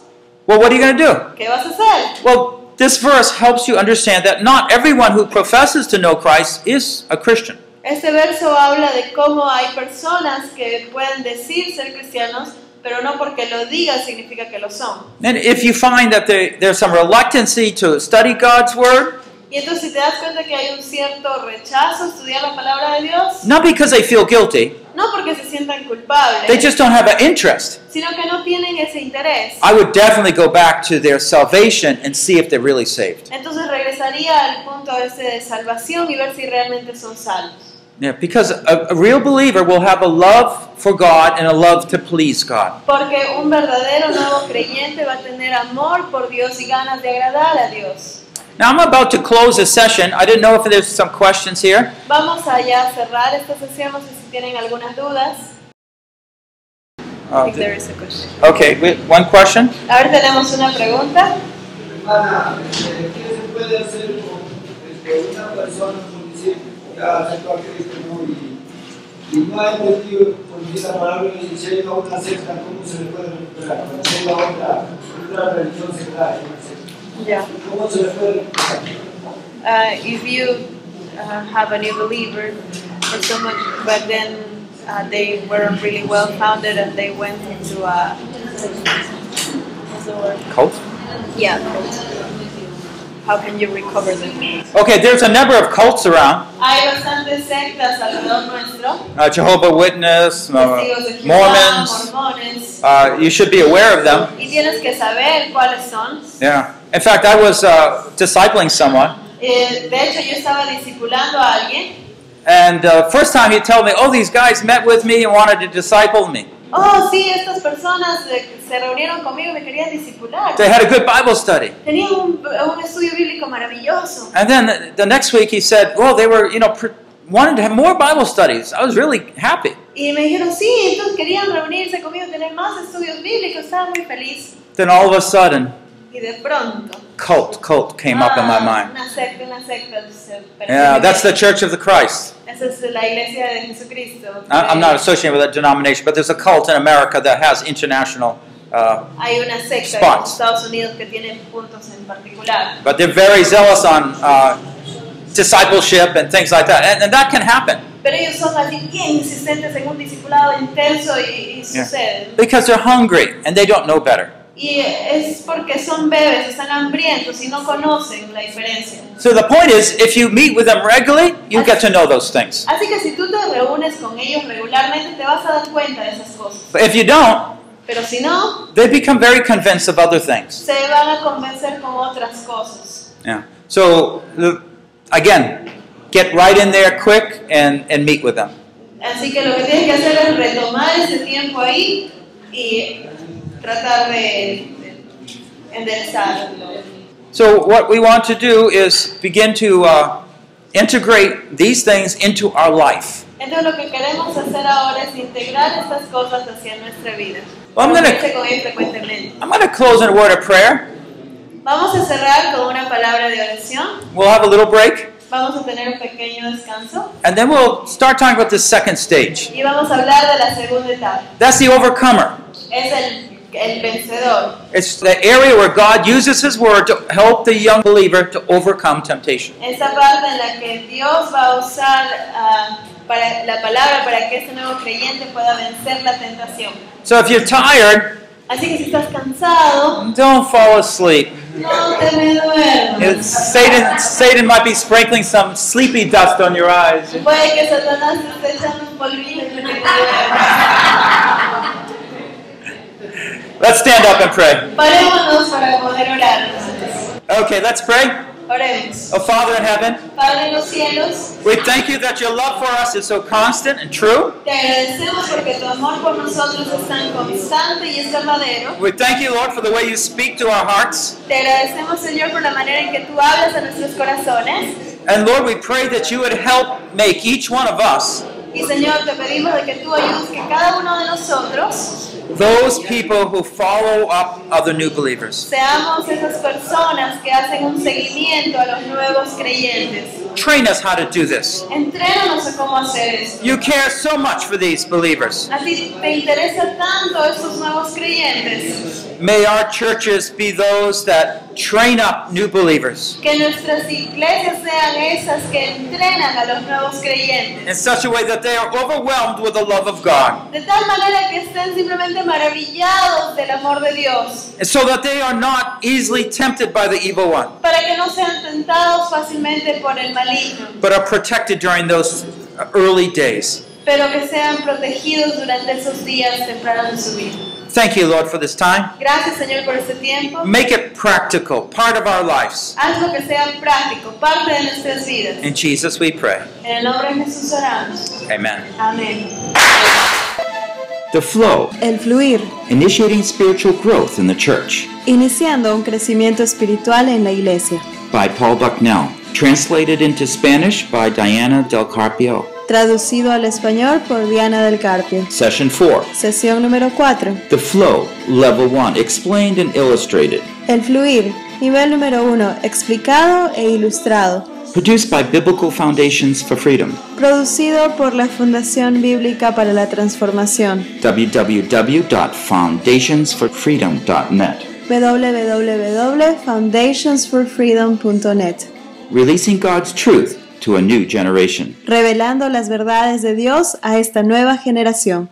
C: Well, what are you going to do?
D: ¿Qué vas a hacer?
C: Well, this verse helps you understand that not everyone who professes to know Christ is a Christian.
D: Este verso habla de cómo hay personas que pueden decir ser cristianos, pero no porque lo digan significa que lo son.
C: And if you find that there, there's some reluctancy to study God's Word,
D: Y entonces si te das cuenta que hay un cierto rechazo a estudiar la palabra de Dios,
C: not because they feel guilty,
D: no porque se sientan
C: they
D: culpables,
C: just don't have an interest.
D: sino que no tienen ese interés.
C: I would definitely go back to their salvation and see if they're really saved.
D: Entonces regresaría al punto ese de salvación y ver si realmente son salvos.
C: Yeah, because a, a real believer will have a love for God and a love to please God.
D: Porque un verdadero nuevo creyente va a tener amor por Dios y ganas de agradar a Dios.
C: Now I'm about to close this session. I didn't know if there's some questions here.
D: Vamos allá a cerrar esta sesión, no sé si tienen algunas dudas.
C: Uh,
D: I think there is a question.
C: okay, we, one question.
D: A ver, tenemos una pregunta.
E: Hermana, eh, ¿qué se puede hacer con este, una persona que dice, ya aceptó a Cristo ¿no? y, y no ha entendido por qué la palabra y se llega a una secta, cómo se le puede recuperar? Para hacer la otra, otra religión sectaria, una secta.
D: Yeah.
E: ¿cómo se le puede recuperar?
D: uh, if you uh, have a new believer or someone, but then uh, they were really well founded and they went into a what's the word?
C: Cult.
D: Yeah. How can you recover them?
C: Okay, there's a number of cults around.
D: Hay bastantes sectas alrededor nuestro,
C: Uh, Jehovah Witness, uh,
D: testigos de Jehová,
C: Mormons.
D: mormones,
C: Uh, you should be aware of them.
D: y tienes que saber cuáles son.
C: Yeah. In fact, I was uh, discipling someone,
D: Eh, de hecho, yo estaba discipulando a alguien.
C: and uh, first time he told me, "Oh, these guys met with me and wanted to disciple me.
D: Oh, sí, estas personas eh, se reunieron conmigo y me querían discipular.
C: They had a good Bible study."
D: Tenía un, un estudio bíblico maravilloso.
C: And then the, the next week he said, "Well, they were, you know, pr- wanted to have more Bible studies." I was really happy.
D: Y me dijeron, sí, entonces querían reunirse conmigo, tener más estudios bíblicos. Estaba muy feliz.
C: Then all of a sudden,
D: Y de pronto.
C: cult, cult came up in my
D: ah,
C: mind.
D: Una secta, una secta. se perdió.
C: Yeah, that's the Church of the Christ.
D: Esa es la iglesia de Jesucristo. Eh,
C: I, Ah, I'm not associated with that denomination, but there's a cult in America that has international. Uh,
D: Hay una secta en
C: Spots.
D: los Estados Unidos que tiene puntos en particular.
C: but they're very zealous on uh, discipleship and things like that, and, and that can happen
D: Pero ellos son así bien insistentes en un discipulado intenso y, y
C: Yeah.
D: sucede.
C: because they're hungry and they don't know better.
D: Y es porque son bebés, están hambrientos y no conocen la diferencia.
C: So the point is, if you meet with them regularly, you get to know those things.
D: Así que si tú te reúnes con ellos regularmente te vas a dar cuenta de esas cosas.
C: But if you don't,
D: Pero si no,
C: they become very convinced of other things.
D: se van a convencer con otras cosas.
C: Yeah. So the- again, get right in there quick and, and meet with them.
D: Así que lo que tienes que hacer es retomar ese tiempo ahí y tratar de, de enderezarlo.
C: So what we want to do is begin to uh, integrate these things into our life.
D: Entonces lo que queremos hacer ahora es integrar estas cosas hacia nuestra vida.
C: Vamos a-
D: Reunirse con ellos frecuentemente.
C: I'm going to close in a word of prayer.
D: Vamos a cerrar con una palabra de oración.
C: We'll have a little break,
D: Vamos a tener un pequeño descanso
C: and then we'll start talking about the second stage.
D: y vamos a hablar de la segunda etapa.
C: That's the overcomer.
D: Es el, el vencedor.
C: It's the area where God uses His Word to help the young believer to overcome temptation.
D: Esa parte en la que Dios va a usar ah, para la palabra para que este nuevo creyente pueda vencer la tentación.
C: So if you're tired,
D: Así que si estás cansado,
C: don't fall asleep.
D: no te me
C: It's-
D: duermas.
C: Satan, Satan might be sprinkling some sleepy dust on your eyes.
D: Puede que Satanás te esté echando un polvillo y no te duermas.
C: Let's stand up and pray.
D: Parémonos para poder orar. entonces.
C: Okay, let's pray.
D: Oremos.
C: Oh, Father in heaven,
D: Padre en los cielos,
C: we thank you that your love for us is so constant and true.
D: te agradecemos porque tu amor por nosotros es tan constante y es verdadero.
C: We thank you, Lord, for the way you speak to our hearts.
D: Te agradecemos, Señor, por la manera en que tú hablas a nuestros corazones.
C: And Lord, we pray that you would help make each one of us
D: Y Señor, te pedimos de que tú ayudes que cada uno de nosotros
C: Those people who follow up other new believers.
D: seamos esas personas que hacen un seguimiento a los nuevos creyentes.
C: Train us how to do this.
D: Entrénanos a cómo hacer esto.
C: You care so much for these believers.
D: A ti te interesa tanto estos nuevos creyentes.
C: May our churches be those that train up new believers
D: Que nuestras iglesias sean esas que entrenan a los nuevos creyentes.
C: in such a way that they are overwhelmed with the love of God
D: De tal manera que estén simplemente maravillados del amor de Dios.
C: and so that they are not easily tempted by the evil one
D: Para que no sean tentados fácilmente por el maligno.
C: but are protected during those early days.
D: Pero que sean protegidos durante esos días tempranos de su vida.
C: Thank you, Lord, for this time.
D: Gracias Señor por este tiempo.
C: Make it practical, part of our lives.
D: Haz lo que sea práctico, parte de nuestras vidas.
C: In Jesus we pray.
D: En el nombre de Jesús oramos.
C: Amen.
D: Amén.
C: The flow,
B: El fluir,
C: initiating spiritual growth in the church
B: iniciando un crecimiento espiritual en la iglesia.
C: by Paul Bucknell, translated into Spanish by Diana Del Carpio.
B: Traducido al español por Diana del Carpio.
C: Session 4.
B: Sesión número 4.
C: The flow, level 1, explained and illustrated.
B: El fluir. Nivel número 1. Explicado e ilustrado.
C: Produced by Biblical Foundations for Freedom.
B: Producido por la Fundación Bíblica para la Transformación.
C: www.foundationsforfreedom.net.
B: www.foundationsforfreedom.net.
C: Releasing God's truth to a new generation.
B: Revelando las verdades de Dios a esta nueva generación.